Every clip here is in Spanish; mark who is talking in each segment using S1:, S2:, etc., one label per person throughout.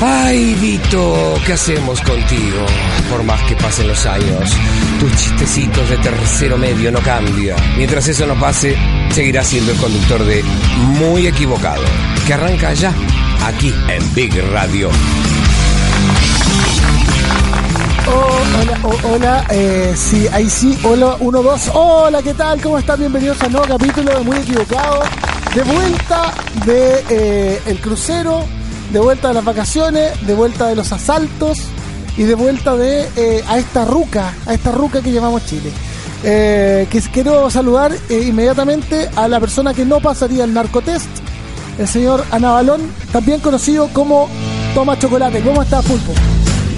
S1: Ay, Vito, ¿qué hacemos contigo? Por más que pasen los años, tus chistecitos de tercero medio no cambian. Mientras eso no pase, seguirás siendo el conductor de Muy Equivocado, que arranca ya, aquí en Big Radio.
S2: Oh, hola, oh, hola, eh, sí, ahí sí, hola, uno, dos, hola, ¿qué tal? ¿Cómo están? Bienvenidos a un nuevo capítulo de Muy Equivocado, de vuelta de eh, el crucero, de vuelta de las vacaciones, de vuelta de los asaltos y de vuelta de eh, a esta ruca, a esta ruca que llamamos Chile. Eh, que quiero saludar eh, inmediatamente a la persona que no pasaría el narcotest, el señor Ana Balón, también conocido como Toma Chocolate. ¿Cómo está, Pulpo?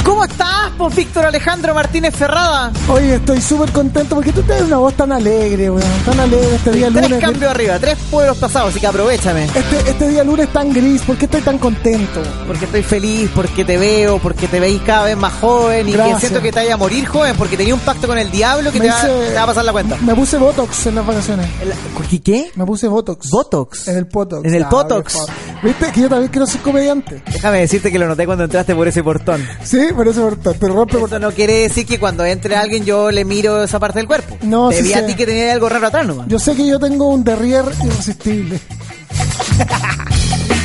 S3: ¿Cómo estás, po, Víctor Alejandro Martínez Ferrada?
S2: Oye, estoy súper contento porque tú tienes una voz tan alegre, weón. Tan alegre este día
S3: tres
S2: lunes.
S3: cambios arriba, tres pueblos pasados, así que aprovechame.
S2: Este, este día lunes tan gris, ¿por qué estoy tan contento?
S3: Porque estoy feliz, porque te veo, porque te veis cada vez más joven y
S2: Gracias.
S3: que siento que te vaya a morir joven, porque tenía un pacto con el diablo que
S2: Me
S3: te va,
S2: hice-
S3: te va a pasar la cuenta.
S2: Me puse Botox en las vacaciones.
S3: ¿Qué? ¿Qué?
S2: Me puse Botox.
S3: ¿Botox?
S2: En el Botox.
S3: En el
S2: Ah,
S3: Botox.
S2: por favor. Viste que yo también quiero ser comediante.
S3: Déjame decirte que lo noté cuando entraste por ese portón.
S2: Sí, por eso Botox. Pero rompe
S3: Eso
S2: Botox.
S3: no quiere decir que cuando entre alguien yo le miro esa parte del cuerpo.
S2: No,
S3: Te
S2: sí
S3: vi
S2: sé.
S3: a ti que tenía algo raro atrás nomás.
S2: Yo sé que yo tengo un derrier irresistible.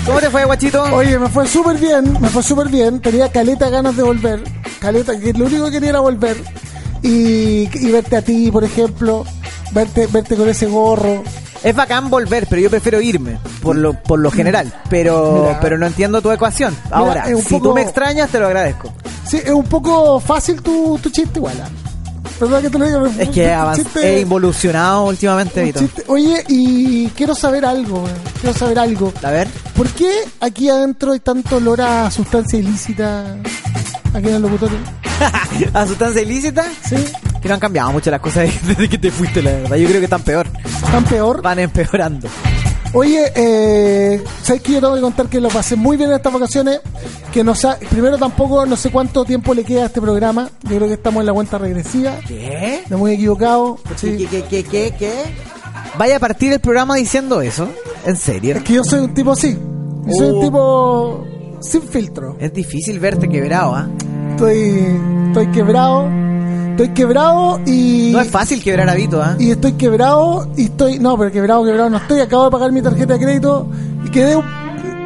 S3: ¿Cómo te fue, guachito?
S2: Oye, me fue súper bien, me fue súper bien. Tenía caleta ganas de volver. Caleta, que lo único que quería era volver. Y, y verte a ti, por ejemplo. Verte, verte con ese gorro.
S3: Es bacán volver, pero yo prefiero irme, por lo, por lo general. Pero,
S2: Mira.
S3: pero no entiendo tu ecuación. Ahora,
S2: es un
S3: si
S2: poco-
S3: tú me extrañas, te lo agradezco.
S2: Sí, es un poco fácil tu, tu chiste, igual. ah. ¿Verdad que te lo digo?
S3: Es
S2: Un
S3: que avanz-
S2: chiste-
S3: he involucionado últimamente,
S2: un
S3: Vito.
S2: chiste. Oye, y quiero saber algo, weón. quiero saber algo.
S3: A ver,
S2: ¿Por qué aquí adentro hay tanto olor a sustancia ilícita aquí en el locutorio?
S3: a sustancia ilícita,
S2: ¿Sí?
S3: que no han cambiado mucho las cosas desde que te fuiste, la verdad. Yo creo que están peor.
S2: ¿Tan peor?
S3: Van empeorando.
S2: Oye, eh, ¿sabes que yo tengo que contar que lo pasé muy bien en estas vacaciones? Que no sa- primero tampoco no sé cuánto tiempo le queda a este programa. Yo creo que estamos en la cuenta regresiva.
S3: ¿Qué?
S2: No muy equivocado.
S3: ¿Qué,
S2: Sí.
S3: qué, qué, qué, qué? Vaya a partir el programa diciendo eso. ¿En serio?
S2: Es que yo soy un tipo así. Yo soy
S3: Oh.
S2: un tipo sin filtro.
S3: Es difícil verte quebrado, ¿ah?
S2: Estoy, estoy quebrado. Estoy quebrado y.
S3: No es fácil quebrar a Vito, ¿ah?
S2: y estoy quebrado y estoy no pero quebrado quebrado no estoy acabo de pagar mi tarjeta de crédito y quedé un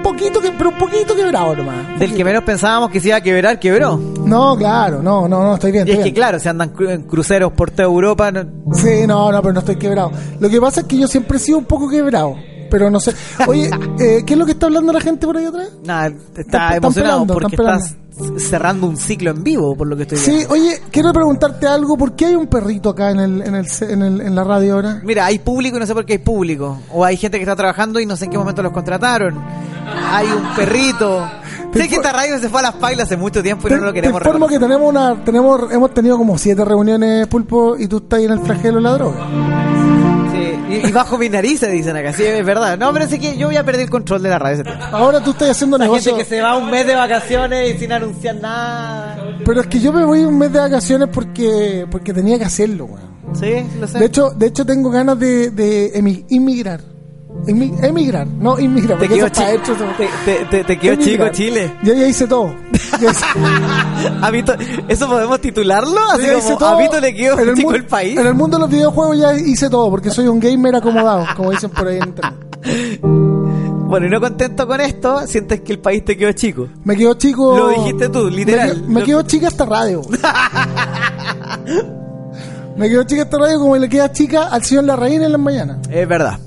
S2: poquito que pero un poquito quebrado nomás
S3: Del que menos pensábamos que se iba a quebrar, quebró.
S2: no claro no no no estoy bien,
S3: Y es
S2: estoy
S3: que
S2: bien.
S3: claro, se andan cru- en cruceros por toda Europa. no-
S2: sí no no pero no estoy quebrado lo que pasa es que yo siempre he sido un poco quebrado pero no sé oye eh, qué es lo que está hablando la gente por ahí atrás
S3: Nada, está
S2: Están
S3: emocionado
S2: pelando,
S3: porque
S2: están
S3: estás cerrando un ciclo en vivo, por lo que estoy viendo.
S2: sí oye quiero preguntarte algo por qué hay un perrito acá en el en el ce- en, el- en la radio ahora
S3: Mira, hay público y no sé por qué hay público. O hay gente que está trabajando y no sé en qué momento los contrataron. Hay un perrito.
S2: Te
S3: Sé que
S2: infor-
S3: esta radio se fue a las pailas hace mucho tiempo y
S2: te,
S3: no lo
S2: te
S3: queremos
S2: informo que
S3: reconocer.
S2: tenemos una tenemos hemos tenido como siete reuniones pulpo y tú estás ahí en el flagelo de la droga
S3: Sí, Y, y bajo mis narices, dicen acá. Sí, es verdad. No, pero sé que yo voy a perder el control de la radio. La
S2: ahora tú estás haciendo negocio
S3: gente que se va un mes de vacaciones y sin anunciar nada.
S2: Pero es que yo me voy un mes de vacaciones porque, porque tenía que hacerlo, weón.
S3: Sí, lo sé.
S2: De hecho, de hecho tengo ganas de, de emi- inmigrar. Emi- emigrar, no inmigrar,
S3: te
S2: porque
S3: quedó
S2: eso está hecho.
S3: chico,
S2: eso-
S3: te, te- te- te quedó
S2: Emigrar.
S3: chico Chile.
S2: Yo ya hice todo. Ya hice-
S3: A Vito- ¿Eso podemos titularlo?
S2: yo
S3: Así
S2: ya hice
S3: como, a Vito le quedó
S2: En
S3: chico
S2: mu-
S3: el país.
S2: En el mundo de los videojuegos ya hice todo, porque soy un gamer acomodado, como dicen por ahí en internet.
S3: Bueno, y no contento con esto, sientes que el país te quedó chico.
S2: Me quedo chico.
S3: Lo dijiste tú, literal.
S2: Me, quedo- me
S3: Lo-
S2: quedo chica esta radio. me quedo chica esta radio como le queda chica al señor Larraín en las mañanas.
S3: Es verdad.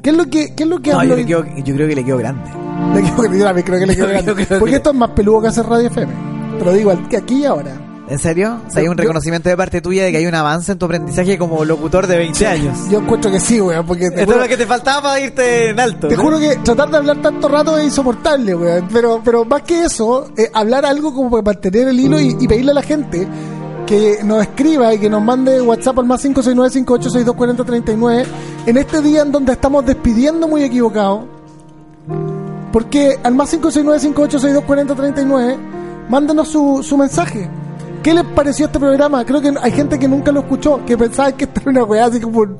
S2: ¿Qué es lo que, qué es lo que
S3: No,
S2: hablo
S3: yo,
S2: hoy-
S3: le quedo- yo creo que le quedó grande.
S2: Le quedó- yo también creo que le quedó
S3: Yo
S2: grande.
S3: creo que-
S2: Porque esto es más peludo que hacer Radio FM. Te lo digo al- que aquí y ahora.
S3: ¿En serio? O sea, hay un
S2: Yo-
S3: reconocimiento de parte tuya de que hay un avance en tu aprendizaje como locutor de 20 años.
S2: Yo encuentro que sí, weón. Porque te
S3: Esto es
S2: juro,
S3: lo que te faltaba para irte en alto.
S2: te
S3: ¿no?
S2: juro que tratar de hablar tanto rato es insoportable, weón. Pero, pero más que eso, eh, hablar algo como para mantener el hilo y, y pedirle a la gente que nos escriba y que nos mande WhatsApp al más 569-5862-4039 en este día en donde estamos despidiendo muy equivocado. Porque al más 569-5862-4039, mándenos su, su mensaje. ¿Qué les pareció este programa? Creo que hay gente que nunca lo escuchó, que pensaba que esto era una weá así como un,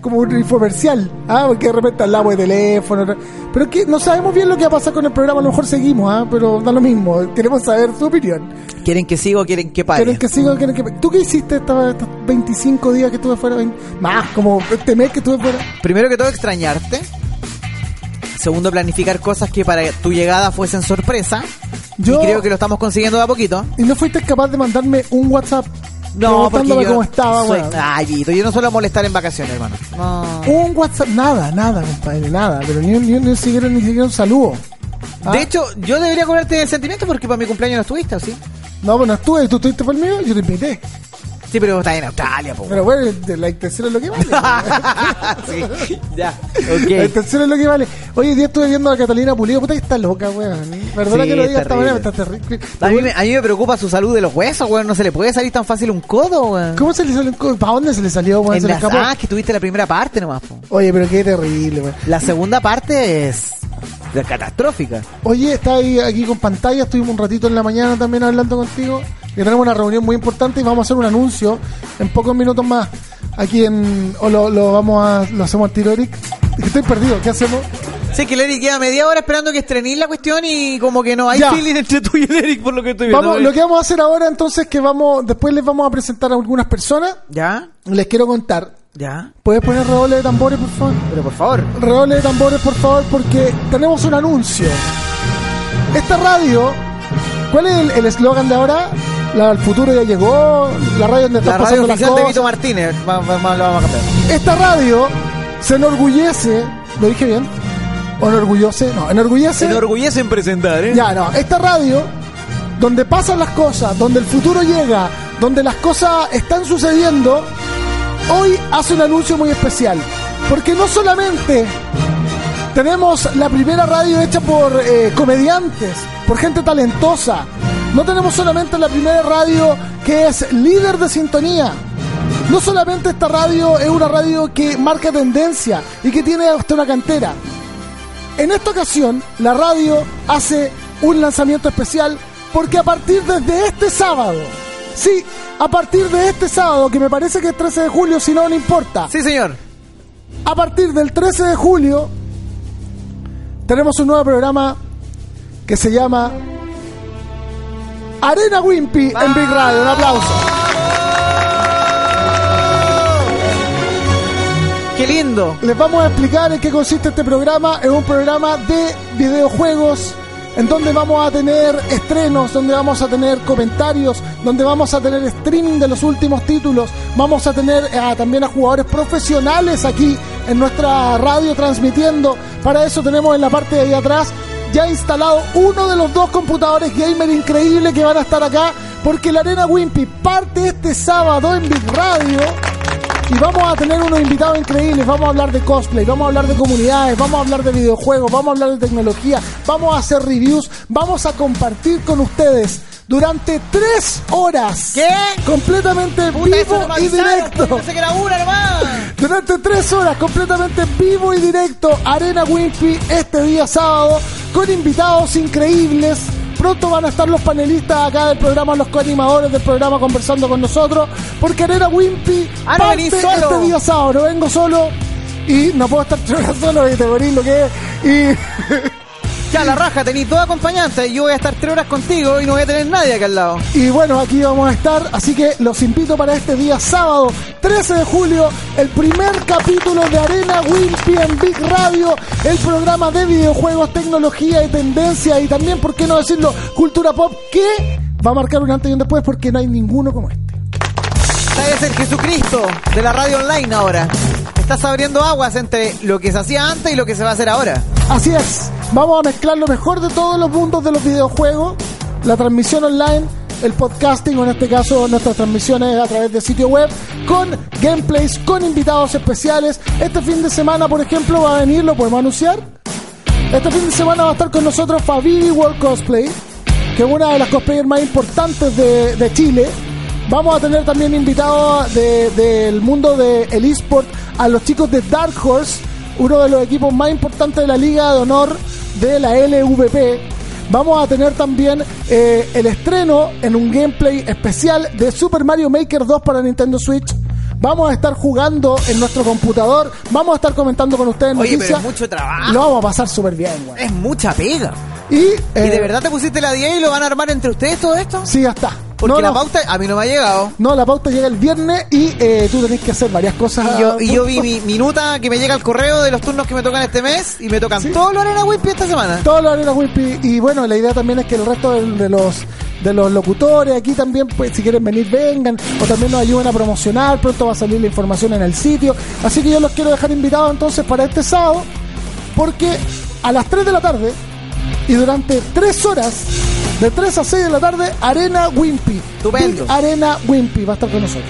S2: como un infomercial. Ah, porque de repente hablamos de teléfono. otra- Pero es que no sabemos bien lo que va a pasar con el programa. A lo mejor seguimos, ah, pero da lo mismo. Queremos saber tu opinión.
S3: ¿Quieren que siga o quieren que pare?
S2: ¿Quieren que siga? ¿Quieren que... ¿Tú qué hiciste esta- estos 25 días que estuve fuera? Vein- Más, como este mes que estuve fuera.
S3: Primero que todo, extrañarte. Segundo, planificar cosas que para tu llegada fuesen sorpresa.
S2: Yo-
S3: Y creo que lo estamos consiguiendo de a poquito.
S2: Y no fuiste capaz de mandarme un WhatsApp
S3: No, porque
S2: preguntándome
S3: yo
S2: cómo estaba,
S3: soy-
S2: weón.
S3: Ay, Vito, yo no suelo molestar en vacaciones, hermano. Eh, No.
S2: Un WhatsApp, nada, nada, compadre, nada. Pero ni, un- ni, un- ni siquiera, ni siquiera un saludo. Ah.
S3: De hecho, yo debería cobrarte del sentimiento porque para mi cumpleaños no estuviste, ¿o sí?
S2: ¿Ah? No, bueno, estuve, tú estuviste por el mío, yo te invité.
S3: Sí, pero estás en Australia, po.
S2: Pero bueno, de- la intención es lo que vale.
S3: sí, ya.
S2: La
S3: Ok.
S2: intención es lo que vale. Hoy día estuve viendo a Catalina Pulido, puta que está loca, weón. Perdona
S3: Sí,
S2: que lo diga
S3: terrible.
S2: esta manera, pero está terrible.
S3: A mí, me, a mí me preocupa su salud de los huesos, weón. No se le puede salir tan fácil un codo, weón.
S2: ¿Cómo se le salió? ¿Para dónde se le salió, weón?
S3: En
S2: Se le
S3: las-
S2: escapó.
S3: ah, que tuviste la primera parte nomás, po.
S2: Oye, pero qué terrible, weón.
S3: La segunda parte es la catastrófica.
S2: Oye, está ahí aquí con pantalla, estuvimos un ratito en la mañana también hablando contigo, que tenemos una reunión muy importante y vamos a hacer un anuncio en pocos minutos más. Aquí en... o lo, lo vamos a... lo hacemos al tiro, Eric. Estoy perdido, ¿qué hacemos?
S3: Sí, que el Eric queda media hora esperando que estrenís la cuestión y como que no hay
S2: Ya.
S3: feeling entre tú y el Eric por lo que estoy viendo.
S2: Vamos, lo que vamos a hacer ahora entonces que vamos... después les vamos a presentar a algunas personas,
S3: Ya,
S2: les quiero contar.
S3: ya.
S2: ¿Puedes poner redoble de tambores, por favor?
S3: Pero por favor.
S2: Redoble de tambores, por favor, porque tenemos un anuncio. Esta radio, ¿cuál es el- el eslogan de ahora? La, el futuro ya llegó, la radio donde está
S3: La radio
S2: pasando las
S3: oficial de Vito
S2: cosas.
S3: Martínez. Va- va- va- la vamos a cambiar.
S2: Esta radio se enorgullece, ¿lo dije bien? ¿O enorgullece? No, enorgullece.
S3: Se enorgullece en presentar, ¿eh?
S2: ya, no. Esta radio, donde pasan las cosas, donde el futuro llega, donde las cosas están sucediendo, hoy hace un anuncio muy especial. Porque no solamente tenemos la primera radio hecha por eh, comediantes, por gente talentosa. No tenemos solamente la primera radio que es líder de sintonía. No solamente esta radio es una radio que marca tendencia y que tiene hasta una cantera. En esta ocasión, la radio hace un lanzamiento especial porque a partir desde este sábado, sí, a partir de este sábado, que me parece que es 13 de julio, si no, no importa.
S3: Sí, señor.
S2: A partir del 13 de julio tenemos un nuevo programa que se llama Arena Wimpy en Big Radio. Un aplauso.
S3: Qué lindo.
S2: Les vamos a explicar en qué consiste este programa. Es un programa de videojuegos en donde vamos a tener estrenos, donde vamos a tener comentarios, donde vamos a tener streaming de los últimos títulos. Vamos a tener eh, también a jugadores profesionales aquí en nuestra radio transmitiendo. Para eso tenemos en la parte de ahí atrás ya instalado uno de los dos computadores gamer increíbles que van a estar acá porque la Arena Wimpy parte este sábado en Big Radio. Y vamos a tener unos invitados increíbles, vamos a hablar de cosplay, vamos a hablar de comunidades, vamos a hablar de videojuegos, vamos a hablar de tecnología, vamos a hacer reviews, vamos a compartir con ustedes durante tres horas.
S3: ¿Qué?
S2: Completamente vivo y directo.
S3: que era una nomás.
S2: Durante tres horas, completamente en vivo y directo, Arena Winfrey, este día sábado, con invitados increíbles. Pronto van a estar los panelistas acá del programa, los coanimadores del programa conversando con nosotros, porque Arena Wimpy
S3: Ah, no
S2: parte
S3: venís solo.
S2: este día sábado, no vengo solo y no puedo estar tres horas solo y te morís lo que es.
S3: Ya, la raja, tenéis dos acompañantes. Yo voy a estar tres horas contigo y no voy a tener nadie acá al lado.
S2: Y, y bueno, aquí vamos a estar, así que los invito para este día sábado, 13 de julio, el primer capítulo de Arena Wimpy en Big Radio, el programa de videojuegos, tecnología y tendencia y también, ¿por qué no decirlo?, cultura pop, que va a marcar un antes y un después porque no hay ninguno como este.
S3: Sabes el Jesucristo de la radio online ahora. Estás abriendo aguas entre lo que se hacía antes y lo que se va a hacer ahora.
S2: Así es, vamos a mezclar lo mejor de todos los mundos de los videojuegos, la transmisión online, el podcasting, o en este caso nuestras transmisiones a través de sitio web, con gameplays, con invitados especiales. Este fin de semana, por ejemplo, va a venir, lo podemos anunciar. Este fin de semana va a estar con nosotros Fabi World Cosplay, que es una de las cosplayers más importantes de, de Chile. Vamos a tener también invitados de- del mundo del eSport a los chicos de Dark Horse, uno de los equipos más importantes de la Liga de Honor de la LVP. Vamos a tener también eh, el estreno en un gameplay especial de Super Mario Maker 2 para Nintendo Switch. Vamos a estar jugando en nuestro computador. Vamos a estar comentando con ustedes
S3: Oye, pero
S2: noticias.
S3: es mucho trabajo.
S2: Lo vamos a pasar súper bien, güey.
S3: Es mucha pega.
S2: Y,
S3: ¿Y
S2: eh,
S3: de verdad te pusiste la 10 y lo van a armar entre ustedes todo esto?
S2: Sí, ya está.
S3: Porque
S2: no,
S3: la
S2: no,
S3: pauta a mí no me ha llegado.
S2: no, la pauta llega el viernes y eh, tú tenés que hacer varias cosas.
S3: Y yo, y yo vi
S2: Todo-
S3: mi minuta que me llega al correo de los turnos que me tocan este mes y me tocan
S2: Sí.
S3: todo lo arena Wimpy esta semana.
S2: Todo lo arena Wimpy. Y bueno, la idea también es que el resto del- de, los de los locutores aquí también, pues si quieren venir, vengan. O también nos ayuden a promocionar. Pronto va a salir la información en el sitio. Así que yo los quiero dejar invitados entonces para este sábado. Porque a las 3 de la tarde y durante 3 horas, de 3 a 6 de la tarde, Arena Wimpy.
S3: Estupendo.
S2: Big Arena Wimpy va a estar con nosotros.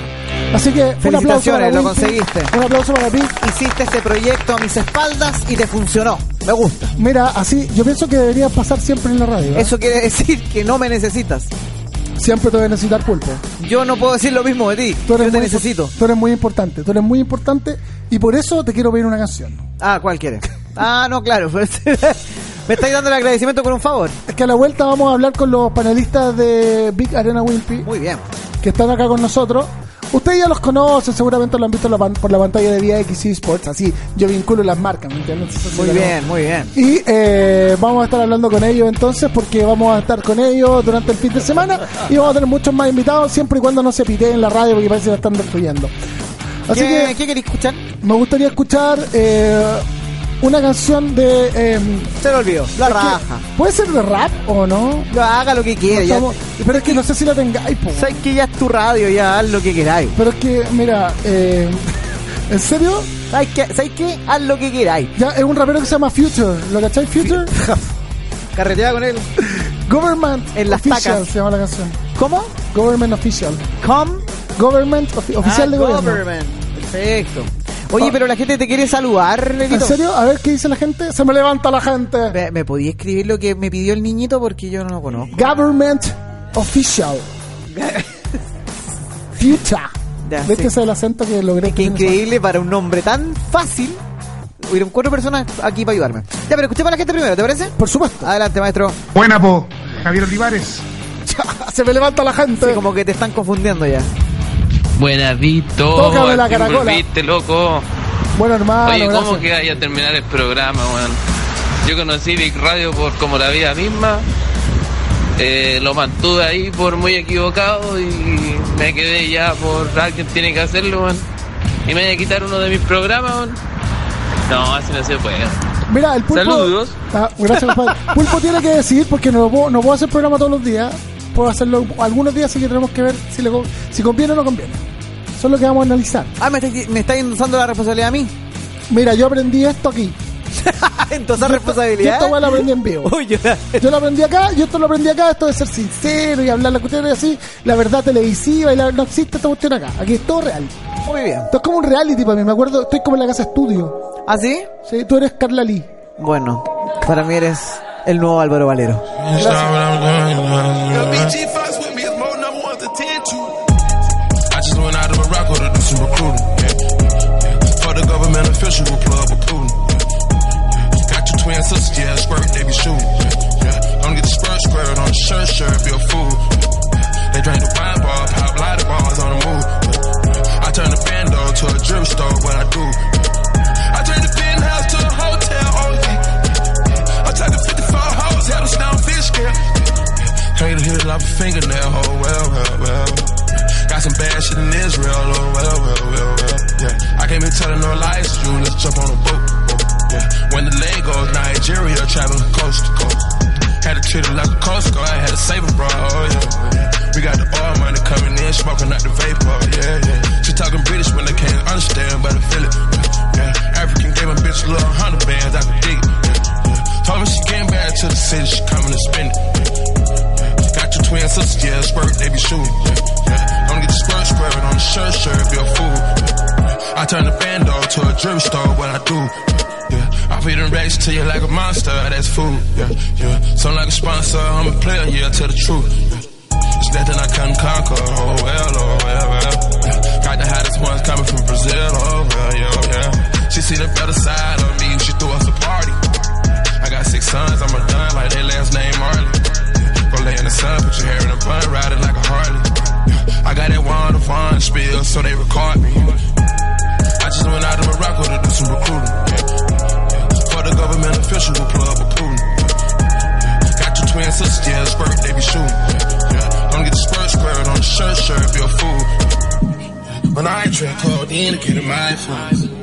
S2: Así que un aplauso para
S3: Felicitaciones, lo
S2: Wimpy,
S3: conseguiste.
S2: Un aplauso para ti.
S3: Hiciste ese proyecto a mis espaldas y te funcionó. Me gusta.
S2: Mira, así yo pienso que debería pasar siempre en la radio. ¿eh?
S3: Eso quiere decir que no me necesitas.
S2: Siempre te voy a necesitar pulpo.
S3: Yo no puedo decir lo mismo de ti.
S2: Tú
S3: Yo
S2: eres,
S3: te
S2: muy,
S3: necesito.
S2: tú eres muy importante, tú eres muy importante y por eso te quiero pedir una canción.
S3: Ah, ¿cuál quieres? Ah, no, claro. pero- me estáis dando el agradecimiento con un favor.
S2: Es que a la vuelta vamos a hablar con los panelistas de Big Arena Wimpy
S3: Muy bien.
S2: que están acá con nosotros. Ustedes ya los conocen, seguramente los han visto en la pan- por la pantalla de Vía X Sports, así yo vinculo las marcas, ¿me entiendes? Entonces,
S3: Muy
S2: así lo-
S3: bien, muy bien.
S2: Y eh, vamos a estar hablando con ellos entonces, porque vamos a estar con ellos durante el fin de semana y vamos a tener muchos más invitados, siempre y cuando no se piteen en la radio, porque parece que la están destruyendo. Así
S3: ¿Qué,
S2: que
S3: ¿Qué queréis escuchar?
S2: me gustaría escuchar eh, una canción de. eh,
S3: Se lo olvidó. La
S2: es que-
S3: raja.
S2: ¿Puede ser de rap o no?
S3: Lo haga lo que quiera. ya-
S2: Estamos- pero es que no sé si la tengáis, po.
S3: Sabes que ya es tu radio, ya haz lo que queráis.
S2: Pero es que, mira, eh, ¿en serio?
S3: ¿Sabes qué? ¿Sabes qué? Haz lo que queráis.
S2: Ya es un rapero que se llama Future. ¿Lo cacháis, Future?
S3: Carretea con él.
S2: Government
S3: En las
S2: Official
S3: tacas.
S2: se llama la canción.
S3: ¿Cómo?
S2: Government Official.
S3: Come.
S2: Government ofi- Oficial
S3: Ah,
S2: de Gobierno.
S3: government. Perfecto. Oye,
S2: Ah.
S3: pero la gente te quiere saludar,
S2: ¿En
S3: Lequito.
S2: serio? A ver qué dice la gente. Se me levanta la gente.
S3: ¿Me, me podía escribir lo que me pidió el niñito porque yo no lo conozco?
S2: Government Official. Future.
S3: Ya,
S2: ¿Ves
S3: sí.
S2: que ese es el acento que logré?
S3: Qué
S2: tiene
S3: increíble para un nombre tan fácil. Hubieron cuatro personas aquí para ayudarme. Ya, pero escuchemos a la gente primero, ¿te parece?
S2: esa- Por supuesto.
S3: Adelante, maestro.
S4: Buena, po. Javier Olivares.
S2: se me levanta la gente.
S3: Sí, como que te están confundiendo ya.
S5: Buena, Vito.
S2: Tócame la
S5: Al fin
S2: caracola.
S5: volviste, loco.
S2: Bueno, hermano,
S5: Oye,
S2: gracias.
S5: ¿cómo que vaya a terminar el programa, weón? Yo conocí Big Radio por como la vida misma. Eh, lo mantuve ahí por muy equivocado y me quedé ya por alguien tiene que hacerlo, weón. Y me voy a quitar uno de mis programas, weón. No, así no se puede.
S2: Mira, el pulpo.
S5: Saludos.
S2: Ah, gracias, compadre. Pulpo tiene que decidir porque no puedo, no puedo hacer programa todos los días. Puedo hacerlo algunos días, así que tenemos que ver si, le, con- si conviene o no conviene. Eso es lo que vamos a analizar.
S3: Ah, me estáis me estáis endosando la responsabilidad a mí.
S2: Mira, yo aprendí esto aquí.
S3: Entonces,
S2: Yo esta weá
S3: responsabilidad.
S2: la aprendí en vivo.
S3: Uy, yo-
S2: Yo lo aprendí acá, yo esto lo aprendí acá, esto de ser sincero y hablar la cuestión y así, la verdad televisiva y la, no existe esta cuestión acá, aquí es todo real.
S3: Muy bien.
S2: Esto es como un reality para mí, me acuerdo, estoy como en la casa estudio.
S3: ¿Ah, sí?
S2: Sí, tú eres Carla Lee.
S3: Bueno, para mí eres el nuevo Álvaro Valero.
S6: Yo, BG Fox with me is more number one to ten two. I just went out to Morocco to do some recruiting. For the government official who plug with Putin. Got your twin sisters, yeah, squirt, they be shooting. Yeah, Don't get the spur squared on the shirt, sure, be a fool. They drink the wine bar, pop lighter bars on the move. I turn the bando to a jewelry store, what I do. I turn the penthouse to a hotel, oh, only. I tried to 54 hoes, had them down fish, girl. Hate to hit it like a fingernail, oh well, well, well. Got some bad shit in Israel, oh well, well, well, well. Yeah, I came here telling no lies, you let's jump on a boat. oh, Yeah, when the leg goes Nigeria, traveling coast to coast. Had to treat it like a Costco, I had a saving bra, oh yeah. yeah. We got the oil money coming in, smoking out the vapor, yeah, yeah. She talking British when I can't understand, but I feel it. yeah, Yeah, African gave a bitch a little hundred bands, I can dig it. yeah, yeah. Told me she came back to the city, she coming to spend it. Got your twin sisters, yeah, squirt, they be shooting. Yeah, yeah. Don't get the squirt squirting on the shirt, shirt, be a fool. I turn the bando to a jewelry store, what I do. Yeah, I feed them racks to you like a monster, that's food. Yeah, yeah. Sound like a sponsor, I'm a player, yeah, to the truth. Yeah. It's nothing I couldn't conquer, oh well, oh well, well. Yeah. Got the hottest ones coming from Brazil, oh well, yeah, yeah. She see the better side of me, she threw us a party. I got six sons, I'm a done like their last name Marley. Go lay in the sun, put your hair in a bun, ride it like a Harley. I got that wonderful Bond spill, so they record me. I just went out to Morocco to do some recruiting. For the government official who plug recruiting. Got your twin sisters, yeah, squirt, they be shooting. Don't get the squirt, squirt on the shirt, shirt, be a fool. When I drink codeine to get in my feelings.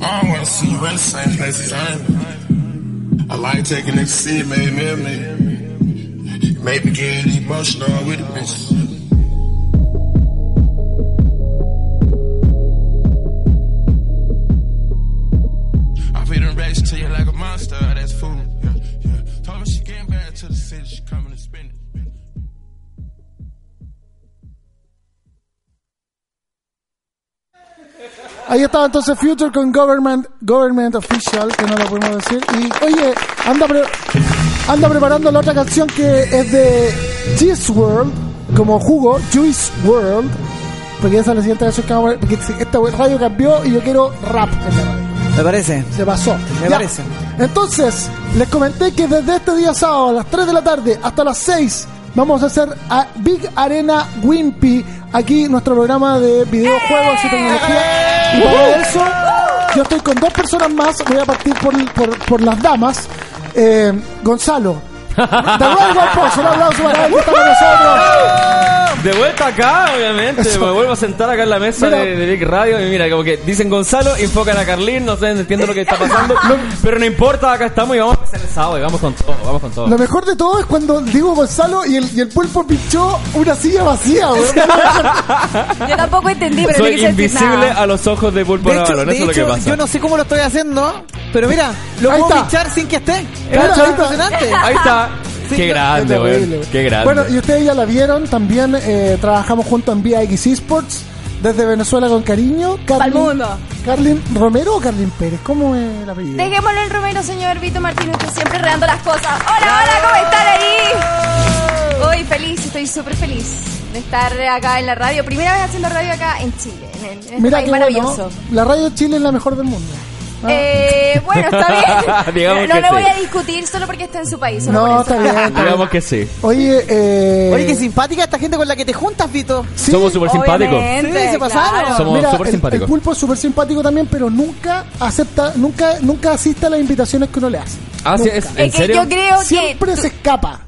S6: I don't wanna see you in the same place as I am. I like taking ecstasy, it made me a man. It made me get emotional with the bitches. I feed them racks to you like a monster, that's food. Yeah, yeah. Told me she came back to the city, she coming to spend it.
S2: Ahí estaba entonces Future con Government, Government Official, que no lo podemos decir. Y oye, anda, pre- anda preparando la otra canción que es de Juice World, como jugo, Juice World. Porque esa es la siguiente canción que vamos a poner, Porque esta radio cambió y yo quiero rap en la radio.
S3: Me parece.
S2: Se pasó.
S3: Me parece.
S2: Entonces, les comenté que desde este día sábado a las 3 de la tarde hasta las 6 vamos a hacer a Big Arena Wimpy aquí nuestro programa de videojuegos y tecnología. Y
S3: ¡Eh!
S2: para eso, yo estoy con dos personas más. Voy a partir por, por- por las damas. Eh, Gonzalo. De Rival Post, un aplauso para él que está con nosotros.
S7: De vuelta acá, obviamente.
S2: Eso.
S7: Me vuelvo a sentar acá en la mesa
S2: Mira.
S7: de, de Big Radio. Y mira, como que dicen Gonzalo, enfocan a Carlín. No sé, no entiendo lo que está pasando. pero no importa, acá estamos y vamos a empezar el sábado. Y vamos con todo, vamos con todo.
S2: Lo mejor de todo es cuando digo Gonzalo y el, y el pulpo pinchó una silla vacía. weón.
S8: Yo tampoco entendí, pero no
S7: Soy
S8: quise decir
S7: invisible
S8: nada.
S7: a los ojos de Pulpo
S3: De hecho,
S7: Navalón.
S3: de
S7: Eso es lo que
S3: hecho,
S7: pasa.
S3: yo no sé cómo lo estoy haciendo, pero mira, lo
S2: Ahí
S3: puedo
S2: está.
S3: pinchar sin que esté.
S2: Mira, ahí
S3: Eso es
S2: está.
S3: impresionante.
S7: Ahí está.
S3: Sí,
S7: Qué
S3: no,
S7: grande,
S2: Es terrible,
S7: weón.
S2: güey.
S7: Qué grande.
S2: Bueno, y ustedes ya la vieron, también eh, trabajamos juntos en VIX Esports, desde Venezuela con cariño. Carlin,
S8: mundo.
S2: Carlin Romero o Carlin Pérez, ¿cómo es el apellido?
S8: Dejémoslo en Romero, señor Vito Martínez, que siempre reando las cosas. Hola, hola, ¿cómo están ahí? Hoy feliz, estoy súper feliz de estar acá en la radio. Primera vez haciendo radio acá en Chile, en, el- en este
S2: Mira
S8: país
S2: qué
S8: maravilloso.
S2: bueno, la radio de Chile es la mejor del mundo. Ah.
S8: Eh, bueno, está
S7: Digamos
S8: bien. no
S7: que
S8: le
S7: sí.
S8: voy a discutir solo porque está en su país. solo
S2: no,
S8: por eso.
S2: está bien. está bien.
S7: Digamos que sí.
S2: Oye, eh,
S3: Oye, qué simpática esta gente con la que te juntas, Vito.
S2: sí,
S7: Somos súper simpáticos.
S8: Obviamente,
S3: Sí, se pasaron.
S8: claro.
S7: Somos
S2: mira,
S7: súper
S2: el- el,
S7: simpáticos.
S2: pulpo es súper simpático también, pero nunca acepta, nunca, nunca asiste a las invitaciones que uno le hace.
S7: Ah, sí, es- ¿En
S8: Es que
S7: serio?
S8: yo creo
S2: Siempre
S8: que...
S2: se escapa,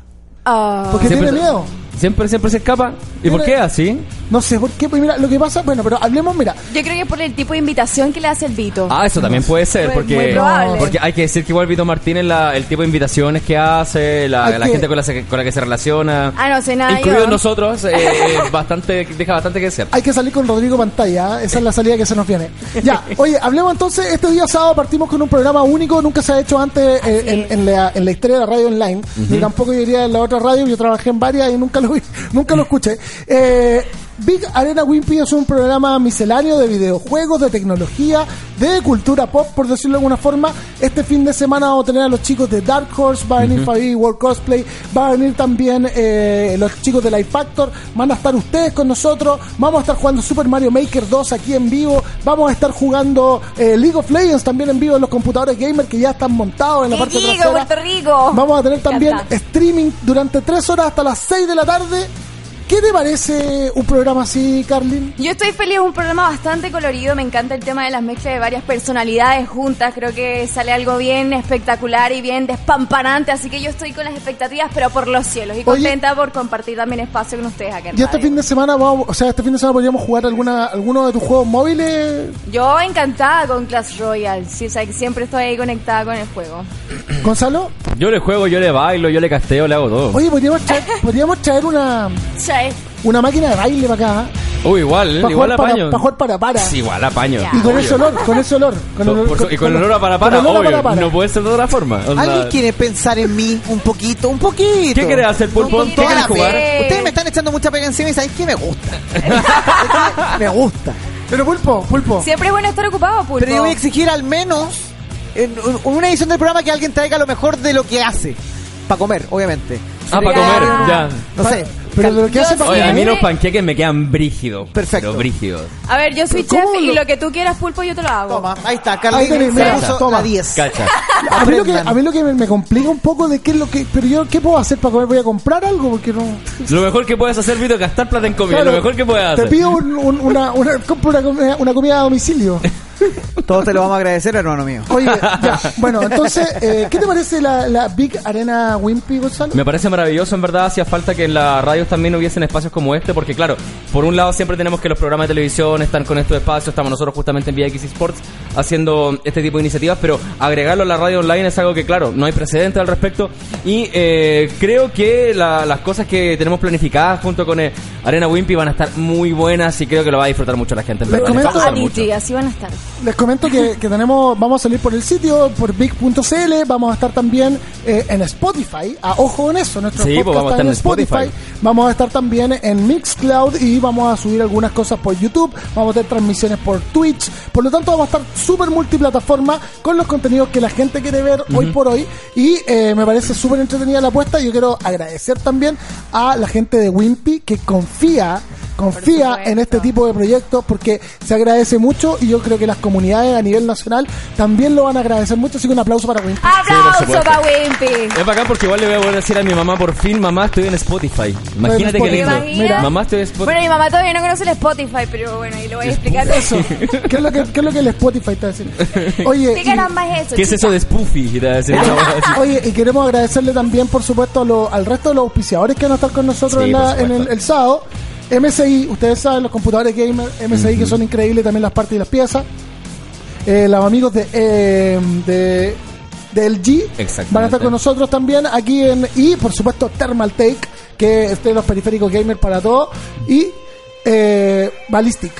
S8: Ah.
S2: porque
S7: Siempre-
S2: tiene miedo.
S7: Siempre, siempre se escapa. ¿Y por
S2: Mira.
S7: qué así?
S2: No sé por qué, pues mira, lo que pasa, bueno, pero hablemos, mira,
S8: Yo creo que por el tipo de invitación que le hace el Vito.
S7: Ah, eso también puede ser,
S8: Muy- muy
S7: porque,
S8: probable.
S7: porque hay que decir que igual Vito Martínez, la- el tipo de invitaciones que hace, la,
S2: Hay
S7: la
S2: que-
S7: gente con la, se- con la que se relaciona,
S8: Ah, no sé nada
S7: incluidos
S8: yo.
S7: nosotros, eh, eh, bastante, deja bastante que desear.
S2: Hay que salir con Rodrigo Pantalla, ¿eh? esa es la salida que se nos viene. Ya, oye, hablemos entonces, este día sábado partimos con un programa único, nunca se ha hecho antes eh, en, en la, en la historia de la radio online, ni tampoco yo diría en la otra radio, yo trabajé en varias y nunca lo, vi- nunca lo escuché. Eh, Big Arena Wimpy es un programa misceláneo de videojuegos, de tecnología, de cultura pop, por decirlo de alguna forma. Este fin de semana vamos a tener a los chicos de Dark Horse, va a venir Fabi World Cosplay, va a venir también eh, los chicos de Life Factor, van a estar ustedes con nosotros, vamos a estar jugando Super Mario Maker 2 aquí en vivo, vamos a estar jugando eh, League of Legends también en vivo en los computadores gamer que ya están montados en la
S8: ¡Qué
S2: parte
S8: rico,
S2: trasera.
S8: Puerto Rico!
S2: Vamos a tener también
S8: encanta.
S2: streaming durante 3 horas hasta las 6 de la tarde. ¿Qué te parece un programa así, Carlin?
S8: Yo estoy feliz, es un programa bastante colorido, me encanta el tema de las mezclas de varias personalidades juntas, creo que sale algo bien espectacular y bien despampanante, así que yo estoy con las expectativas, pero por los cielos y contenta por compartir también espacio con ustedes acá. en
S2: Y este
S8: radio.
S2: fin de semana, vamos, o sea, este fin de semana podríamos jugar alguna, alguno de tus juegos móviles.
S8: Yo encantada con Clash Royale, sí, o sea, que siempre estoy ahí conectada con el juego.
S2: Gonzalo,
S7: Yo le juego, yo le bailo, yo le casteo, le hago todo.
S2: oye, podríamos traer, podríamos traer una,
S8: Sí.
S2: una máquina de baile para acá.
S7: Uy, igual,
S2: Para
S7: igual
S2: jugar para,
S7: apaño.
S2: pa' jugar para para.
S7: Sí, igual apaño.
S8: Ya.
S2: Y con
S7: obvio.
S2: ese olor, con ese olor. Con
S7: Por- por- y con el olor a para
S2: con
S7: para,
S2: olor a
S7: obvio,
S2: para-para.
S7: no puede ser de otra forma. O sea,
S3: ¿Alguien quiere pensar en mí un poquito? Un poquito.
S7: ¿Qué quieres hacer, Pulpo?
S8: Con
S7: ¿Qué
S8: toda
S7: quieres
S8: la
S7: jugar?
S8: fe.
S3: Ustedes me están echando mucha pega encima y ¿sabes qué? Me gusta. me gusta.
S2: Pero pulpo, pulpo.
S8: Siempre es bueno estar ocupado, Pulpo.
S3: Pero yo voy a exigir al menos en un- una edición del programa que alguien traiga lo mejor de lo que hace. Para comer, obviamente.
S7: Ah, para comer, ya.
S3: No sé.
S2: Pero de lo que
S8: Yo
S2: hace para
S7: Oye, a mí
S8: Siempre-
S7: los panqueques me quedan brígidos.
S3: Perfecto.
S7: Pero brígidos.
S8: A ver, yo soy
S2: ¿Pero
S8: chef
S2: cómo
S8: y
S2: lo-
S8: lo que tú quieras, pulpo, yo te lo hago.
S3: Toma, ahí está,
S2: Ahí tenés,
S3: Carlín se
S2: mira,
S3: puso
S2: toma.
S3: la 10.
S7: Cacha.
S2: A mí, lo que,
S3: Aprendan.
S2: a mí lo que me, me complica un poco de qué es lo que. Pero yo, ¿qué puedo hacer para comer? ¿Voy a comprar algo? Porque no.
S7: Lo mejor que puedes hacer, Vito, es gastar plata en comida.
S2: Claro,
S7: lo mejor que puedes hacer.
S2: Te pido un- un- una, una, compro una, comida, una comida a domicilio.
S3: Todos te lo vamos a agradecer, hermano mío.
S2: Oye, ya. Bueno, entonces, eh, ¿qué te parece la, la Big Arena Wimpy, Gonzalo?
S7: Me parece maravilloso, en verdad, hacía falta que en las radios también hubiesen espacios como este, porque claro, por un lado siempre tenemos que los programas de televisión están con estos espacios, estamos nosotros justamente en VX Sports haciendo este tipo de iniciativas, pero agregarlo a la radio online es algo que, claro, no hay precedente al respecto, y eh, creo que la- las cosas que tenemos planificadas junto con eh, Arena Wimpy van a estar muy buenas y creo que lo va a disfrutar mucho la gente. en
S2: Les
S7: verdad, les va a
S2: comento-
S8: A
S7: gustar
S8: ti,
S7: mucho.
S8: sí, así van a estar.
S2: Les comento que, que tenemos, vamos a salir por el sitio, por big.cl, vamos a estar también eh, en Spotify, a ojo con eso, nuestro
S7: Sí, pues
S2: podcast
S7: vamos a
S2: está en
S7: estar en
S2: Spotify.
S7: Spotify.
S2: vamos a estar también en Mixcloud y vamos a subir algunas cosas por YouTube, vamos a tener transmisiones por Twitch, por lo tanto vamos a estar súper multiplataforma con los contenidos que la gente quiere ver hoy por hoy y eh, me parece súper entretenida la apuesta, yo quiero agradecer también a la gente de Wimpy que confía, confía en
S8: supuesto.
S2: este tipo tipo de proyectos porque se agradece mucho y yo creo que las comunidades a nivel nacional también lo van a agradecer mucho. Así que un aplauso para Win.
S8: ¡Aplauso
S7: supuesto.
S8: para Wimpy!
S7: Es bacán porque igual le voy a poder decir a mi mamá, por fin, mamá, estoy en Spotify. Imagínate qué
S2: Spotify.
S7: lindo.
S8: ¿Te imaginas?
S7: Mamá, estoy en Spotify.
S8: Bueno, mi mamá todavía no conoce el Spotify, pero bueno, ahí lo voy a explicar.
S2: Eso. ¿Qué es lo que, qué es lo que el Spotify está diciendo? Oye,
S8: ¿Qué ganas
S2: y,
S8: más eso?
S7: ¿Qué es eso de spoofy? Y te va a decir,
S2: oye, y queremos agradecerle también, por supuesto, a lo- al resto de los auspiciadores que van a estar con nosotros
S7: Sí,
S2: en,
S7: por
S2: la- en el,
S7: supuesto.
S2: el sábado. MSI, ustedes saben, los computadores gamer, MSI que son increíbles también las partes y las piezas. Eh, los amigos de, eh, de, de LG
S7: Exactamente.
S2: van a estar con nosotros también aquí en y por supuesto Thermal Take que es de los periféricos gamer para todo y eh, Ballistic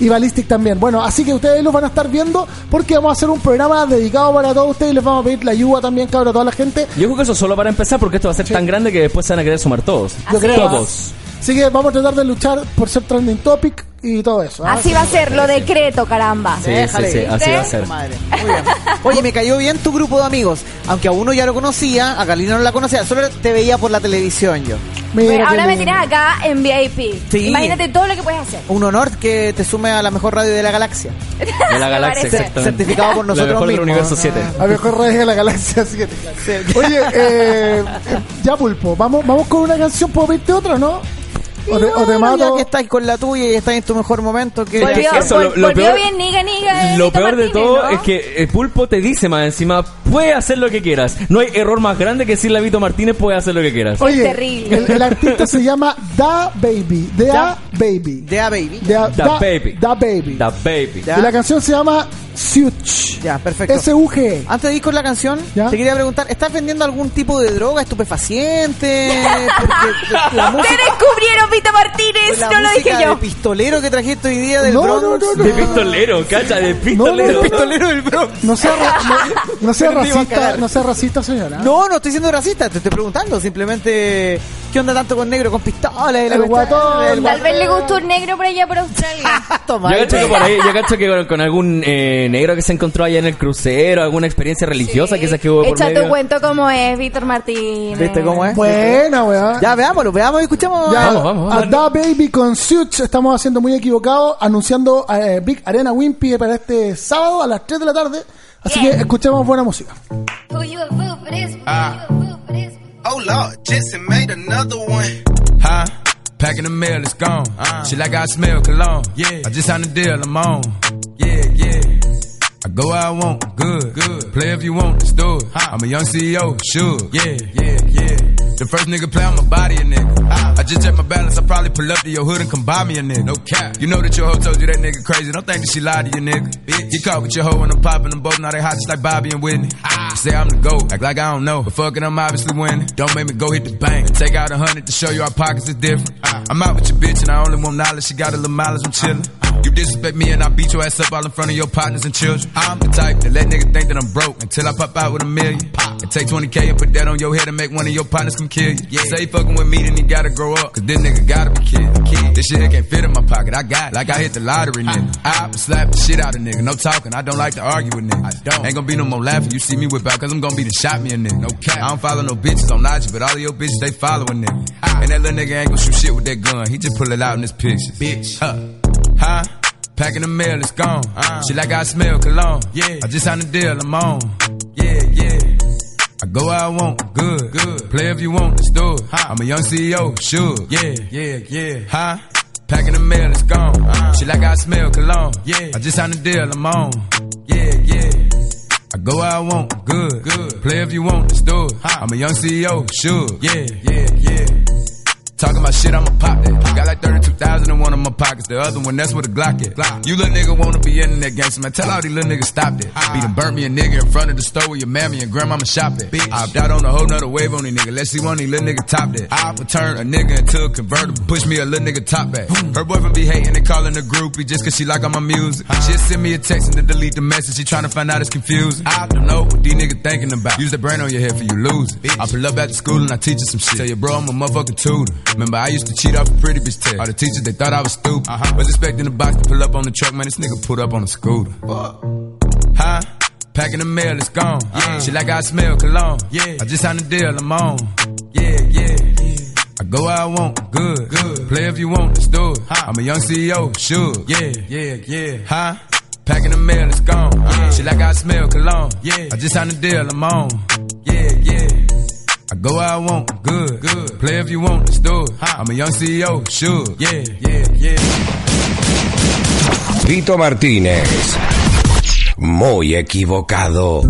S2: y Ballistic también. Bueno, así que ustedes los van a estar viendo porque vamos a hacer un programa dedicado para todos ustedes y les vamos a pedir la ayuda también, cabrón, a toda la gente.
S7: Yo creo que eso solo para empezar porque esto va a ser tan grande que después se van a querer sumar todos.
S8: Yo creo.
S7: Todos.
S2: Así que vamos a tratar de luchar por ser trending topic y todo eso. ¿ah?
S8: Así va a ser, lo decreto, caramba.
S7: Sí, sí, sí, así va a ser.
S3: Madre, muy bien. Oye, me cayó bien tu grupo de amigos. Aunque a uno ya lo conocía, a Carlina no la conocía, solo te veía por la televisión yo.
S2: Mira
S8: Bueno,
S2: qué
S8: ahora me
S2: lindo.
S8: tienes acá en VIP.
S3: Sí.
S8: Imagínate todo lo que puedes hacer.
S3: Un honor que te sume a la mejor radio de la galaxia.
S7: De la galaxia,
S8: parece.
S7: exactamente.
S3: Certificado por nosotros
S7: La mejor del
S3: mismos.
S7: universo 7.
S2: A mejor redes de la galaxia, así que. Oye, eh, ya pulpo, vamos, vamos con una canción, ¿puedo pedirte otra, no? O te, o te
S3: Bueno,
S2: mato.
S3: Ya que estás con la tuya y estás en tu mejor momento, que
S8: Volvió,
S7: que eso, lo-
S8: vol-
S7: lo
S8: volvió
S7: peor-
S8: bien, niga, niga. eh,
S7: Lo
S8: Tito
S7: peor de
S8: Martínez,
S7: todo
S8: ¿no?
S7: es que el pulpo te dice más encima, puede hacer lo que quieras. No hay error más grande que decirle a Vito Martínez, puede hacer lo que quieras.
S8: Oye, Es terrible.
S2: El, el artista se llama Da Baby. Da
S3: Da-
S2: Baby.
S3: de a baby.
S2: Da,
S7: Da Baby.
S2: Da Baby.
S7: Da baby.
S3: Ya.
S2: Y la canción se llama Such.
S3: Ya, perfecto.
S2: S-U-G.
S3: Antes de ir con la canción,
S2: ¿Ya?
S3: te quería preguntar, ¿estás vendiendo algún tipo de droga, estupefaciente? Porque la
S8: ¡Te
S3: música,
S8: descubrieron, Vito Martínez!
S3: la
S8: No lo
S3: música
S8: dije
S3: de
S8: yo.
S3: pistolero que trajiste hoy día del
S2: No,
S3: Bronx.
S2: no, no, no.
S7: De pistolero, cacha, de
S2: no,
S7: pistolero.
S2: de
S3: Pistolero del Bronx.
S2: No sea, ra- no, no sea
S3: Pero te iba a
S2: racista,
S3: cagar.
S2: no sea racista, señora.
S3: No, no estoy siendo racista, te estoy preguntando. Simplemente, ¿qué onda tanto con negro, con pistola? y la
S2: El
S3: cuestión?
S2: guatón.
S3: El
S8: Tal
S3: guatón.
S8: vez le gustó un negro por allá por Australia.
S3: Toma,
S7: Yo
S3: ahí
S7: cacho que
S3: te-
S7: por ahí, yo cacho que con, con algún eh, negro que se encontró allá en el crucero, alguna experiencia religiosa quizás que hubo por
S8: Echa tu
S7: medio.
S8: cuento cómo es, Víctor Martínez.
S3: ¿Viste cómo es?
S2: ¿Eh? Buena, weón.
S3: Ya, veámoslo, veamos y escuchamos.
S2: Ya,
S7: Vamos, vamos,
S2: A
S7: vamos.
S2: Da Baby con Suits estamos haciendo muy equivocados, anunciando eh, Big Arena Wimpy para este sábado a las 3 de la tarde. Así
S8: Bien.
S2: que escuchemos buena música.
S9: Who you a fool for this? Who
S6: Ah.
S9: you a fool for this?
S6: Oh Lord, Jesse made another one. Huh? Packing the mail, it's gone. She like I smell cologne. Uh. Yeah. I just signed a deal, I'm on. Yeah, yeah. I go where I want, good, good. Play if you want, it's do it. I'm a young CEO, sure. Yeah, yeah, yeah. The first nigga play, I'ma body a nigga. I just check my balance, I probably pull up to your hood and come buy me a nigga. No cap. You know that your hoe told you that nigga crazy. Don't think that she lied to you, nigga. Bitch. You caught with your hoe and I'm popping them both. Now they hot just like Bobby and Whitney. Ah. Say I'm the GOAT, act like I don't know. But fuck it, I'm obviously winning. Don't make me go hit the bank. Take out a hundred to show you our pockets is different. I'm out with your bitch and I only want knowledge. She got a little mileage, I'm chillin'. You disrespect me and I beat your ass up all in front of your partners and children. I'm the type that let niggas think that I'm broke until I pop out with a million. And take 20K and put that on your head and make one of your partners come kill you. Yeah. Say fucking with me, then you gotta grow up. Cause this nigga gotta be killed. Kid. This shit here can't fit in my pocket. I got it. Like I hit the lottery, nigga. I would slap the shit out of nigga. No talking. I don't like to argue with niggas. I don't. Ain't gonna be no more laughing. You see me whip out cause I'm gonna be the shot me a nigga. No cap. I don't follow no bitches on IG, but all of your bitches, they following nigga. And that little nigga ain't gonna shoot shit with that gun. He just pull it out in his pictures. Bitch. Huh. Huh? Packing the mail, it's gone. She like I smell cologne. Yeah. I just signed a deal, I'm on. Yeah, yeah. I go where I want, good, good. Play if you want, let's do it. I'm a young CEO, sure. Yeah, yeah, yeah. Huh? Packing the mail, it's gone. She like I smell cologne. Yeah. I just signed a deal, I'm on. Yeah, yeah. I go where I want, good, good. Play if you want, let's do it. I'm a young CEO, sure. Yeah, yeah, yeah. Talking about shit, I'ma pop that. Got like 32,000 in one of my pockets. The other one, that's where the Glock at. You little nigga wanna be in that gangster, man. Tell all these little niggas stop that. Be done burnt me a nigga in front of the store where your mammy and grandmama shop at. I opt out on a whole nother wave on these niggas. Let's see one of these little niggas top that. I would turn a nigga into a convertible. Push me a little nigga top back. Her boyfriend be hating and calling the groupie just cause she like all my music. She'll send me a text and then delete the message. She tryna find out it's confusing. I don't know what these niggas thinking about. Use the brain on your head for you lose it. I pull up after school and I teach her some shit. Tell your bro I'm a motherfucking tutor. Remember I used to cheat off a pretty bitch test. All the teachers they thought I was stupid. Was expecting the box to pull up on the truck, man. This nigga pulled up on a scooter. Huh? Packing the mail, it's gone. She like I smell cologne. Uh. Yeah. I just signed a deal, I'm on. Yeah, yeah. I go where I want, good, good. Play if you want, let's do it. I'm a young CEO, sure. Yeah, yeah, yeah. Huh? Packing the mail, it's gone. She like I smell cologne. Yeah. I just signed a deal, I'm on. Yeah, yeah. I go where I want, good, good. Play if you want, let's do it. I'm a young E CEO, sure. Yeah, yeah, yeah.
S1: Vito Martínez. Muy equivocado.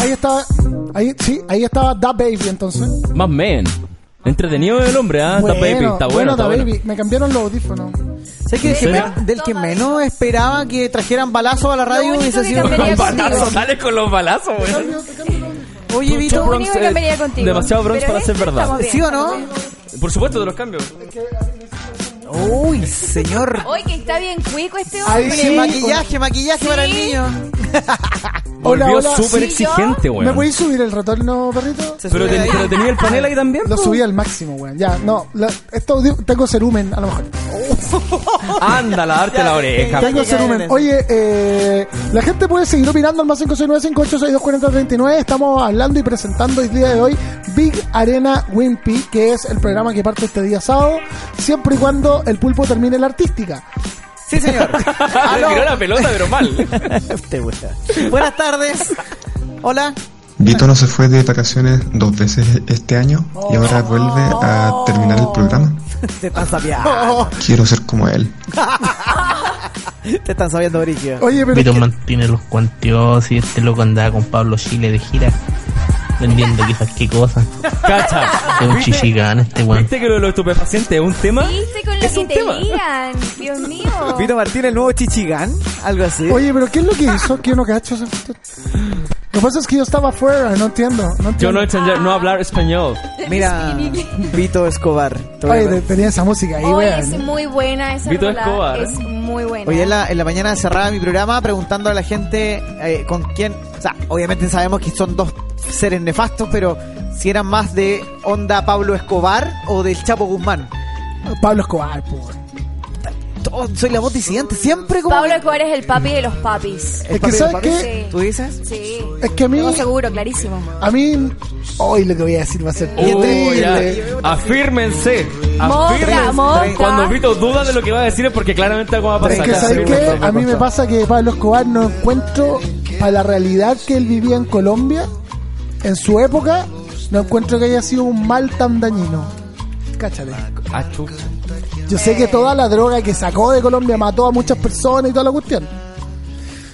S2: Ahí estaba, ahí, sí, ahí estaba Da Baby entonces.
S7: Más man. Entretenido el hombre, ¿ah? Da Baby. Está bueno, está
S2: Da
S7: bueno.
S2: Baby. Me cambiaron los audífonos.
S3: Sé que del que,
S7: Sí.
S3: me- del que menos esperaba que trajeran balazo a la radio
S8: único
S3: hubiese
S8: que
S3: sido.
S8: cambiaría contigo.
S7: Balazo, sale con los balazos, güey.
S3: Oye,
S8: Lo
S3: Vito,
S7: Bronx,
S8: único que
S7: eh,
S8: cambiaría contigo.
S7: demasiado Bronx
S8: Pero
S7: para
S8: en
S7: ser
S8: esto
S7: verdad.
S8: estamos bien,
S3: ¿sí o
S8: estamos
S3: no?
S8: bien.
S7: Por supuesto, te los cambios.
S3: Uy, señor.
S8: Oye, que está bien cuico este
S2: Ahí
S8: hombre.
S2: sí.
S3: Maquillaje, maquillaje para el niño.
S2: Hola,
S7: Volvió
S2: hola,
S7: súper
S8: ¿sí
S7: exigente, güey.
S2: ¿Me podéis subir el retorno, perrito?
S3: Se
S7: Pero,
S3: sube
S7: ten-
S3: ahí.
S7: pero tenía el panel ahí también.
S2: Lo
S7: po.
S2: subí al máximo, weón. Ya, no. la- esto audi- tengo cerumen, a lo mejor.
S7: Ándala, darte la oreja.
S2: Tengo
S3: Cabrón.
S2: cerumen. Oye, eh, la gente puede seguir opinando al más 569-586-24039. Estamos hablando y presentando el día de hoy Big Arena Wimpy, que es el programa que parte este día sábado, siempre y cuando el pulpo termine la artística.
S3: Sí, señor.
S7: Le
S3: Aló.
S7: tiró la pelota, pero mal.
S3: Buenas tardes. Hola.
S4: Vito no se fue de vacaciones dos veces este año y ahora vuelve a terminar el programa.
S3: Te están sabiendo.
S4: Quiero ser como él.
S3: Te están sabiendo, Brigio.
S2: Oye, pero.
S10: Vito
S2: ¿qué-
S10: mantiene los cuantios y este loco andaba con Pablo Chile de gira. Vendiendo quizás qué cosa.
S7: Cacha.
S10: Es un
S7: ¿Viste-
S10: chichigán este weón.
S7: ¿Viste que lo de los estupefacientes es un tema?
S8: Viste con lo
S7: Es
S8: que
S7: un
S8: te
S7: tema.
S8: ligan. Dios mío.
S3: Vito Martín, el nuevo chichigán. Algo así.
S2: Oye, pero ¿qué es lo que hizo? ¿Qué no cacho? Lo que pasa es que yo estaba afuera, no entiendo. No
S7: Yo
S2: entiendo.
S7: no entender, no hablar español.
S3: Mira, Vito Escobar. Te voy a
S2: Oye,
S3: poner.
S2: te- tenía esa música ahí,
S8: Hoy
S2: weón.
S8: es muy buena esa
S7: Vito
S8: rola,
S7: Escobar.
S8: Es muy buena.
S3: Hoy en la, en la mañana cerraba mi programa preguntando a la gente eh, con quién. O sea, obviamente sabemos que son dos seres nefastos, pero si eran más de onda Pablo Escobar o del Chapo Guzmán.
S2: Pablo Escobar, po, weón.
S3: Todo- soy la voz disidente, siempre como.
S8: Pablo Escobar es el papi de los papis.
S3: El
S2: Es que
S3: papel,
S2: ¿sabes
S3: el papel.
S8: qué?
S3: ¿Tú dices?
S8: Sí.
S2: Es que a mí.
S8: Tengo seguro, clarísimo.
S2: A mí. Hoy lo que voy a decir va a ser
S7: Oh, ya.
S2: terrible.
S7: Afírmense.
S8: Motra, motra.
S7: Afírmense. Cuando Vito duda de lo que va a decir es porque claramente algo va a
S2: Es
S7: pasar.
S2: que, ¿sabes qué?
S7: Afírmense.
S2: A mí me pasa que Pablo Escobar no encuentro a la realidad que él vivía en Colombia, en su época, no encuentro que haya sido un mal tan dañino. Cáchate.
S7: Ah, chucha.
S2: Yo sé que toda la droga que sacó de Colombia mató a muchas personas y toda la cuestión.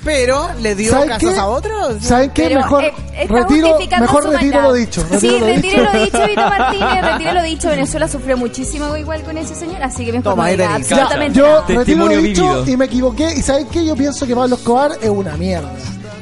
S3: Pero le dio
S2: ¿Sabes
S3: casas
S2: qué?
S3: a otros.
S2: ¿Saben qué?
S8: Pero,
S2: mejor
S8: eh, está
S2: retiro,
S8: justificando
S2: mejor
S8: su
S2: retiro
S8: maldad.
S2: lo dicho.
S8: sí,
S2: Retiro lo
S8: retire
S2: dicho.
S8: lo dicho, Vito Martínez. Retire lo dicho. Venezuela sufrió muchísimo igual con ese señor, así que mi
S3: Toma, ahí
S8: informe
S3: tenéis.
S8: absolutamente
S2: Yo
S8: nada.
S2: retiro lo
S7: Testimonio
S2: dicho
S7: vívido.
S2: y me equivoqué. ¿Y saben qué? Yo pienso que Pablo Escobar es una mierda.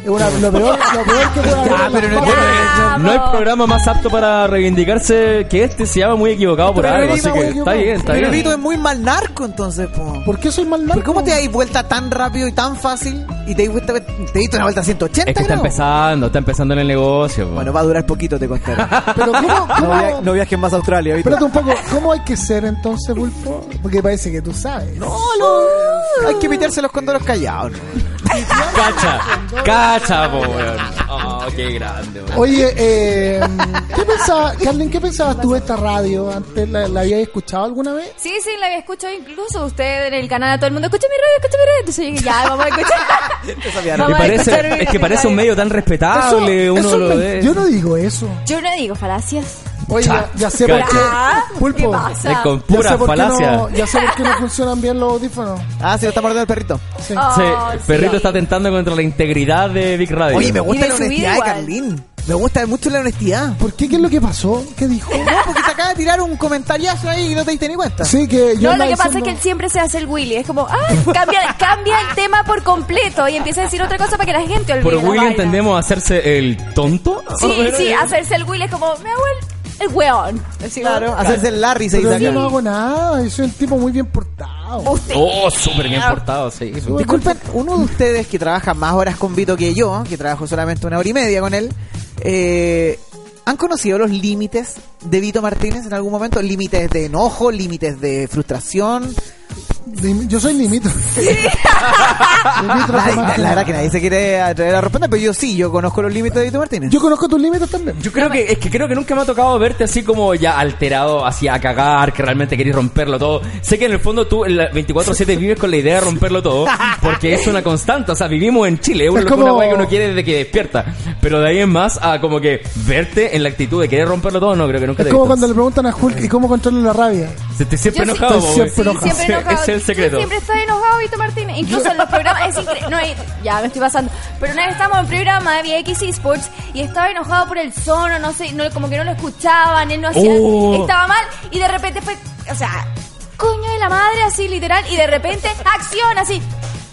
S2: Es una- lo, peor, lo peor que puede haber.
S3: Ah,
S2: en
S3: pero
S2: las
S3: no
S2: papas.
S7: No hay programa más apto para reivindicarse que este. Se llama muy equivocado por
S2: Pero
S7: algo.
S2: Vito,
S7: Así
S2: muy
S7: que está
S2: equivocado.
S7: bien, está
S3: Pero
S7: bien.
S3: Vito es muy mal narco, entonces, po.
S2: ¿Por qué soy mal
S3: ¿Pero
S2: narco?
S3: ¿Cómo te dais vuelta tan rápido y tan fácil? Y te dais vuelta- te diste una vuelta a 180
S7: Es que está
S3: grados.
S7: empezando, está empezando en el negocio. po.
S3: Bueno, va a durar poquito, te contaré.
S2: Pero ¿cómo,
S3: No,
S2: cómo-
S3: via- no viajes más a Australia, ¿viste?
S2: Espérate un poco, ¿cómo hay que ser entonces, Pulpo? Porque parece que tú sabes. No,
S3: Hay que evitarse los condoros callados. ¿no?
S7: Cacha, cacha, po, weón. Oh, qué grande, weón.
S2: Oye, eh, ¿qué pensabas, Carlin, qué pensabas tú de esta radio? ¿Antes la, la habías escuchado alguna vez?
S8: Sí, sí, la había escuchado incluso usted en el canal a todo el mundo. Escucha mi radio, escucha mi radio. Entonces yo dije, ya, vamos a escuchar.
S7: Y
S8: Vamos a escuchar mi-
S7: parece, es que
S8: mi
S7: parece un
S8: radio.
S7: medio tan respetable.
S2: Eso-
S7: uno
S2: eso
S7: lo
S2: me-
S7: ve.
S2: Yo no digo eso.
S8: Yo no digo falacias.
S2: Oye, ya, ya sé por
S7: Cacha.
S8: Ah,
S2: qué.
S8: ¿Qué
S2: Pulpo.
S8: pasa?
S7: Es con
S2: Ya sé,
S7: pura
S2: por qué
S7: falacia.
S2: no, ya sé por qué no funcionan bien los audífonos.
S3: Ah, sí, lo está mordiendo el perrito.
S2: Sí.
S8: Oh,
S7: Sí,
S8: sí.
S7: Perrito está atentando contra la integridad de Big Radio.
S3: Oye, me gusta
S8: Y de
S3: la
S8: subir
S3: honestidad
S8: igual.
S3: de Carlín. Me gusta mucho la honestidad.
S2: ¿Por qué? ¿Qué es lo que pasó? ¿Qué dijo?
S3: No, porque te acaba de tirar un comentariazo ahí y no te diste ni cuenta.
S2: Sí, que yo
S8: No, lo
S2: andaba
S8: que pasa es
S2: diciendo-
S8: que él siempre se hace el Willy. Es como, ah, cambia, cambia el tema por completo y empieza a decir otra cosa para que la gente olvide.
S7: Por
S8: la
S7: Willy
S8: vaina.
S7: entendemos hacerse el tonto. Ah,
S8: Sí, sí, hacerse el Willy es como, me hago el, el weón. Así
S3: Claro, hacerse el Larry se dice
S2: Pero yo
S3: acá.
S2: no hago nada, yo soy un tipo muy bien portado.
S8: como, usted.
S7: Oh, súper bien portado, sí.
S2: Uy,
S3: Disculpen, uno de ustedes que trabaja más horas con Vito que yo, que trabajo solamente una hora y media con él, eh, ¿han conocido los límites de Vito Martínez en algún momento? Límites de enojo, límites de frustración.
S2: Lim- Yo soy limito. Limítrofe
S3: Nadie-
S2: más.
S3: la verdad que nadie se quiere atrever a responder, pero yo sí, yo conozco los límites de Vito Martínez.
S2: Yo conozco tus límites también.
S7: Yo creo que es que creo que nunca me ha tocado verte así como ya alterado, así a cagar, que realmente querés romperlo todo. Sé que en el fondo tú en la 24/7 vives con la idea de romperlo todo, porque es una constante, o sea, vivimos en Chile, es una,
S2: Es como-
S7: una wea que uno quiere desde que despierta, pero de ahí en más a como que verte en la actitud de querer romperlo todo, no creo que nunca
S2: Es
S7: te
S2: como
S7: he visto.
S2: cuando le preguntan a Hulk y cómo controla la rabia.
S7: Se te siempre
S8: Yo sí-
S7: enojado,
S2: Estoy
S7: güey.
S2: siempre
S8: Sí,
S2: enojado.
S8: siempre
S7: Ese
S8: enojado.
S7: es el
S8: Yo
S7: secreto.
S8: siempre estoy enojado, Vito Martínez. Incluso en los programas. Es incre- no, eh, ya me estoy pasando. Pero una vez estábamos en un programa de VX Esports y estaba enojado por el sono, no sé, no, como que no lo escuchaban, él no hacía.
S7: Oh.
S8: Estaba mal y de repente fue. O sea, coño de la madre, así literal. Y de repente, acción, así.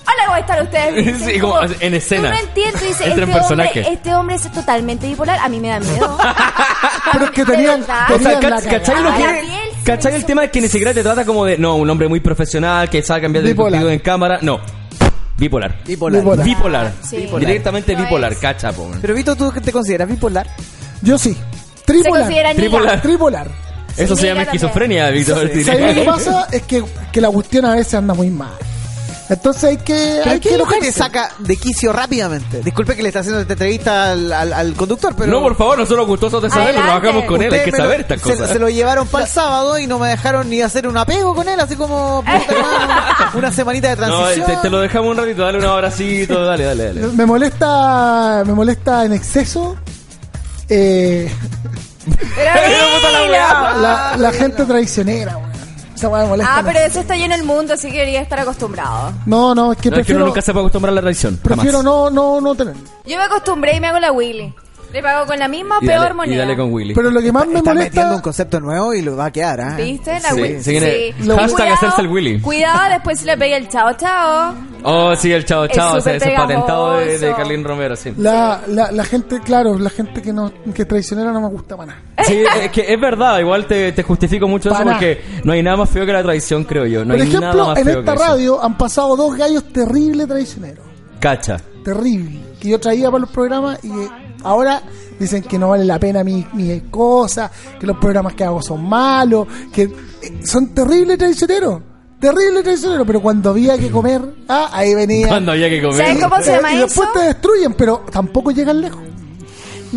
S8: Hola, ¿cómo están ustedes?
S7: Sí, como en escena.
S8: Tú no entiendes,
S7: Entra
S8: dice, este,
S7: en
S8: hombre,
S7: personaje.
S8: este hombre es totalmente bipolar. A mí me da miedo.
S2: Pero es que
S8: De
S2: tenían.
S8: verdad.
S7: O sea,
S2: tenían la
S7: ca- ¿cachai lo
S8: cagada.
S7: que-
S8: La piel se
S7: ¿Cachai
S8: me
S7: el
S8: hizo-
S7: tema es que ni siquiera te trata como de, no, un hombre muy profesional que sabe cambiar de
S2: Bipolar.
S7: partido en cámara? No. Bipolar.
S3: Bipolar.
S2: Bipolar.
S7: Bipolar.
S8: Sí.
S7: Bipolar. Directamente
S8: No
S7: bipolar,
S8: es.
S7: cacha, po.
S3: Pero Vito, ¿tú te consideras bipolar?
S2: Yo sí.
S8: Se
S2: Tripolar.
S8: considera niña.
S7: Tripolar.
S2: Tripolar.
S7: Eso
S8: Sí,
S7: se llama
S8: mira también.
S7: esquizofrenia, Víctor.
S2: ¿Sabes lo que pasa? Es que, que la cuestión a veces anda muy mal. Entonces hay que.
S3: Pero
S2: Hay
S3: ¿qué
S2: que
S3: es lo que te
S2: enojarse.
S3: saca de quicio rápidamente? Disculpe que le está haciendo esta entrevista al, al- al conductor, pero...
S7: No, por favor, nosotros gustosos de saberlo,
S8: Adelante.
S7: trabajamos con él, hay
S3: Ustedes
S7: que
S3: me lo-
S7: saber estas
S3: se-
S7: cosas.
S3: Se, lo llevaron para el sábado y no me dejaron ni hacer un apego con él, así como puta, hermano, una semanita de
S7: No, eh,
S3: transición.
S7: te, te lo dejamos un ratito, dale un abracito, dale, dale, dale.
S2: Eh, Me molesta. Me molesta en exceso. Eh,
S8: Pero mira.
S2: la, la gente traicionera, weón. Esa weá me molesta.
S8: Ah, pero eso está lleno el mundo, así que debería estar acostumbrado.
S2: No, no, es que
S7: No, es que
S2: prefiero.
S7: uno nunca se puede acostumbrar a la traición.
S2: prefiero
S7: jamás.
S2: no, no, no tener.
S8: Yo me acostumbré y me hago la Willy. Le pago con la misma o
S7: Y
S8: peor
S7: dale,
S8: moneda.
S7: y dale con Willy.
S2: Pero lo que más me
S3: Está metiendo un
S2: molesta.
S3: concepto nuevo y lo va a quedar, ¿ah?
S8: ¿Viste? La
S7: Sí,
S8: Willy.
S7: se viene hashtag hacerse el Willy.
S8: Cuidado, después se le pega el chao, chao.
S7: Oh, sí, el chao,
S8: Es
S7: chao, o sea,
S8: súper
S7: ese patentado de, de
S8: pegajoso.
S7: Carlín Romero, sí.
S2: La, la, la gente, claro, la gente que no que traicionera no me gusta para nada.
S7: Sí, es que es verdad, igual te, te justifico mucho eso
S2: Para.
S7: porque no hay nada más feo que la traición, creo yo. No
S2: Por
S7: hay nada
S2: ejemplo,
S7: más
S2: en
S7: feo
S2: esta
S7: que eso.
S2: radio han pasado dos gallos terrible traicioneros.
S7: Cacha.
S2: Terrible. Que yo traía para los programas y que ahora dicen que no vale la pena mi- mis cosas, que los programas que hago son malos, que eh, son terribles traicioneros. Terrible traicioneros, pero cuando había que comer, ah, ahí venía.
S7: Cuando había que comer.
S8: ¿Sabes cómo se
S2: Eh,
S8: llama
S2: y
S8: eso?
S2: después te destruyen, pero tampoco llegan lejos.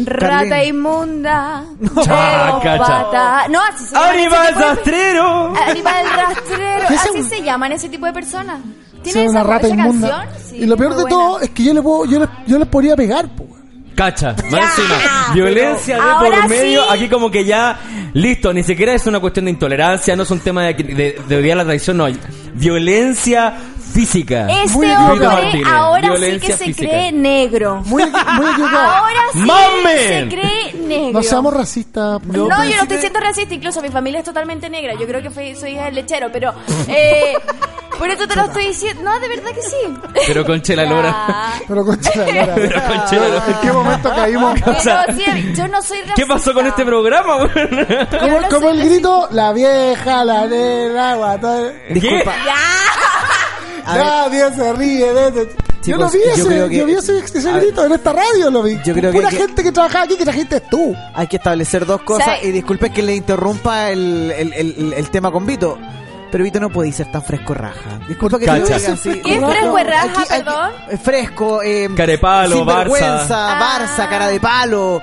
S8: Rata
S3: Carlín.
S8: inmunda.
S7: Cha,
S8: Pero
S7: cacha.
S8: pata- No, así se llama.
S7: ¡Animal
S8: ese tipo de-
S7: rastrero!
S8: Animal rastrero.
S2: ¿Qué es
S8: Así
S2: un-
S8: se llaman ese tipo de personas. ¿Tiene
S2: Ser
S8: esa,
S2: una rata
S8: esa
S2: inmunda.
S8: canción? Sí,
S2: y lo peor
S8: muy
S2: de
S8: buena.
S2: todo es que yo, le puedo, yo, les, yo les podría pegar, pues.
S7: Cacha, más encima. Violencia de
S8: ahora
S7: por medio.
S8: sí.
S7: Aquí como que ya, listo, ni siquiera es una cuestión de intolerancia, no es un tema de, de, de odiar la traición, no. Violencia física.
S2: Muy eh,
S8: Este
S2: equivocado.
S8: hombre
S7: Martínez,
S8: ahora sí que
S7: violencia
S8: se
S7: física.
S8: cree negro.
S2: Muy, equi- muy equivocado.
S8: Ahora sí
S7: ¡Mamen!
S8: se cree negro.
S2: No seamos racistas. por
S8: No,
S2: favor.
S8: yo no estoy siendo racista, incluso mi familia es totalmente negra. Yo creo que fui- soy hija del lechero, pero. eh, Por eso te lo estoy diciendo. No, de verdad que sí.
S7: Pero con Chela
S8: Ya.
S7: Lora.
S2: Pero concha la lora.
S7: Pero con Chela Lora.
S2: ¿En qué momento caímos?
S8: Pero
S7: sea,
S8: sí, yo no soy racista.
S7: ¿Qué pasó con este programa, weón?
S2: Como, como el grito, la vieja,
S3: Ah.
S2: la nena, agua, todo.
S3: Disculpa. A ver,
S2: Nadie se ríe de ese. yo
S3: Chicos,
S2: lo vi
S3: yo
S2: ese, yo,
S3: creo que-
S2: vi ese, ese
S3: a ver.
S2: grito en esta radio, lo vi.
S3: Yo creo que-
S2: Pura
S3: que-
S2: gente que, trabajaba aquí, que trajiste tú.
S3: hay que establecer dos cosas
S8: Sí.
S3: y disculpe que le interrumpa el, el, el, el tema con Vito. Pero Vito no puede ser tan fresco raja. Disculpa que
S7: Cacha.
S3: te lo diga así.
S8: ¿Qué
S3: No,
S8: fresco
S3: no,
S8: raja,
S3: aquí hay que-
S8: perdón?
S3: eh, fresco, eh,
S7: Carepalo,
S3: sinvergüenza,
S8: Barça.
S3: Barça, cara de palo.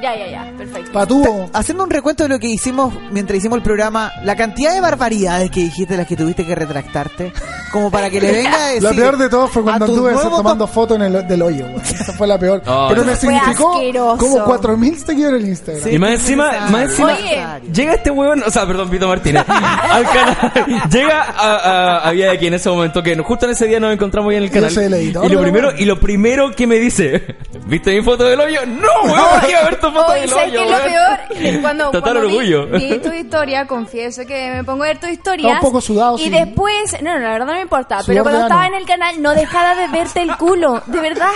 S8: Ya, ya, ya. Perfecto.
S2: Patúo.
S3: Haciendo un recuento de lo que hicimos mientras hicimos el programa, la cantidad de barbaridades que dijiste, las que tuviste que retractarte, como para que le venga a decir.
S2: Lo peor de todo fue
S3: a
S2: cuando
S3: tus
S2: anduve
S3: nuevos
S2: tomando fotos en el, del hoyo. güey. Esa fue la peor.
S7: No,
S2: Pero
S7: no.
S2: me
S8: Fue
S2: significó
S8: asqueroso.
S2: como 4.000 seguidores en Instagram.
S3: Sí,
S7: Y más
S3: qué
S7: encima,
S3: necesario.
S7: más encima
S8: Oye.
S7: llega este huevón, o sea, perdón, Pito Martínez, al canal, llega a, a, a Vía de aquí en ese momento, que justo en ese día nos encontramos ya en el canal.
S2: soy el editor,
S7: y lo
S2: ¿no?
S7: primero, y lo primero que me dice, ¿viste mi foto del hoyo? No, huevón, iba a ver tu foto
S8: Oye,
S7: del
S8: ¿sabes qué
S7: hoyo.
S8: es lo
S7: huevón.
S8: peor? Cuando,
S7: Total
S8: cuando vi-
S7: orgullo.
S8: Vi, tu historia, confieso que me pongo a ver tu historia.
S2: Estaba un poco sudado,
S8: Y
S2: sí.
S8: después, no, no, la verdad no me importa,
S2: Sudor
S8: pero cuando
S2: de
S8: estaba en
S2: ano.
S8: el canal no dejaba de verte el culo, de verdad.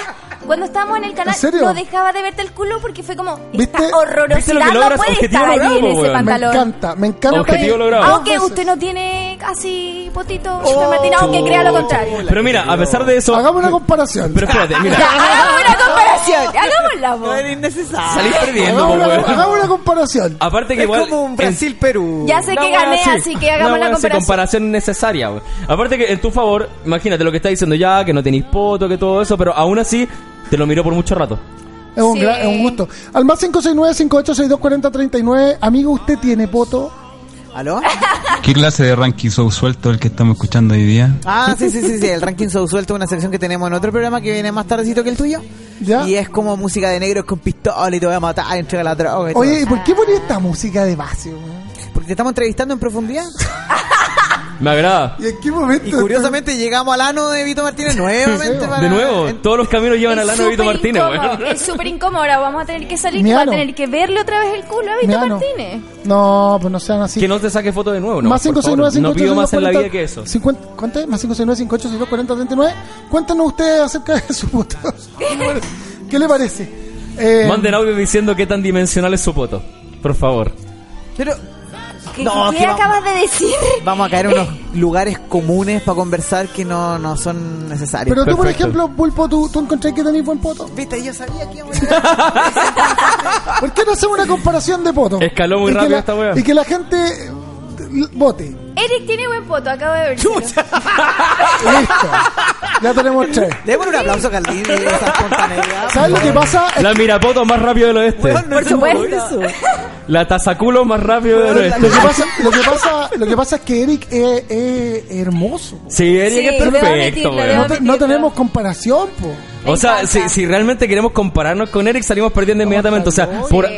S8: Cuando estábamos en el canal
S2: ¿En serio?
S8: no dejaba de verte el culo porque fue como,
S2: ¿Viste?
S8: está horrorosidad,
S7: ¿Viste lo que logras?
S8: no puede
S7: Objetivo
S8: estar allí en
S7: logrado,
S8: ese
S7: weón.
S2: me
S8: pantalón.
S2: encanta, me encanta.
S8: No puede-
S7: Objetivo logrado.
S8: Aunque
S2: Dos veces. Oh,
S8: usted no tiene casi potito Super Martín, aunque crea lo contrario.
S7: Pero mira, a pesar de eso,
S2: Hagamos una comparación.
S7: pero espérate,
S8: Ya,
S2: Ah.
S7: mira,
S8: hagamos una comparación, hagámosla vos.
S3: innecesario.
S7: salís perdiendo,
S2: Hagamos
S7: po,
S2: una,
S7: huevón.
S2: hagamos una comparación.
S7: Aparte que
S3: Es
S7: igual,
S3: como un
S7: en-
S3: Brasil-Perú.
S8: Ya sé
S7: Una
S8: que
S7: hueá
S8: gané, así que hagamos
S7: Una hueá
S8: la
S7: así,
S8: comparación.
S7: comparación necesaria. güey. Aparte que en tu favor, imagínate lo que está diciendo ya, que no tenéis poto, que todo eso, pero aún así te lo miró por mucho rato.
S2: Es un,
S8: Sí.
S2: gran- es un gusto. Al más 569-5862-4039. Amigo, ¿usted tiene poto?
S3: ¿Aló?
S10: ¿Qué clase de ranking show suelto el que estamos escuchando hoy día?
S3: Ah, sí, sí, sí, sí. El ranking show suelto, una sección que tenemos en otro programa que viene más tardecito que el tuyo.
S2: Ya.
S3: Y es como música de negros con pistola y te voy a matar, entrega la droga. y todo
S2: Oye, ¿y
S3: eso.
S2: por qué ponía esta música de base? güey?
S3: porque te estamos entrevistando en profundidad.
S7: Me agrada.
S2: ¿Y en qué momento?
S3: Y curiosamente llegamos al ano de Vito Martínez nuevamente. para-
S7: De nuevo,
S3: en-
S7: todos los caminos llevan
S8: Es
S7: al ano de Vito
S8: súper
S7: Martínez, güey.
S8: incómodo, Es súper incómodo. Ahora vamos a tener que salir
S2: Mi
S8: y va a
S2: ano.
S8: tener que verle otra vez el culo a
S2: Me
S8: Vito
S2: ano.
S8: Martínez.
S2: No, pues no sean así.
S7: Que no te saque foto de nuevo, ¿no?
S2: más
S7: por favor.
S2: 569
S7: No pido más en la vida que eso.
S2: 50, ¿Cuánto es? Más 569 5862 4039 Cuéntanos ustedes acerca de su voto. ¿Qué le parece? Eh,
S7: Manden audio diciendo qué tan dimensional es su poto. Por favor.
S3: Pero
S8: ¿Qué,
S3: No,
S8: qué
S3: que va-
S8: acabas de decir?
S3: vamos a caer en unos lugares comunes para conversar que no, no son necesarios.
S2: Pero tú, por
S7: Perfecto.
S2: ejemplo, Pulpo, ¿tú, tú encontrás que tenés buen poto?
S3: Viste, yo sabía que íbamos a llegar.
S2: ¿Por qué no hacemos una comparación de poto?
S7: Escaló muy
S2: Y que
S7: rápido
S2: la-
S7: esta wea.
S2: Y que la gente eh, vote.
S8: Eric tiene buen poto, acabo de ver. Chucha.
S2: Listo. Ya tenemos tres.
S3: Démosle un aplauso a Caldini de esa espontaneidad.
S2: ¿Sabes lo que pasa?
S7: La mirapoto más rápido del oeste.
S3: Bueno,
S8: Por
S3: no hicimos
S8: supuesto.
S3: eso.
S7: La tazaculo más rápido del
S3: Bueno, la-
S7: oeste.
S2: Lo que pasa, lo que pasa, lo que pasa es que Eric es, es hermoso.
S7: Sí, Eric es
S8: Sí, debo
S7: perfecto,
S8: admitirlo,
S7: güey.
S8: debo
S2: No, te- no tenemos comparación, po.
S7: O
S8: Me
S7: sea,
S8: encanta.
S7: si, si realmente queremos compararnos con Eric, salimos perdiendo inmediatamente. O sea,
S2: Oye.
S7: por,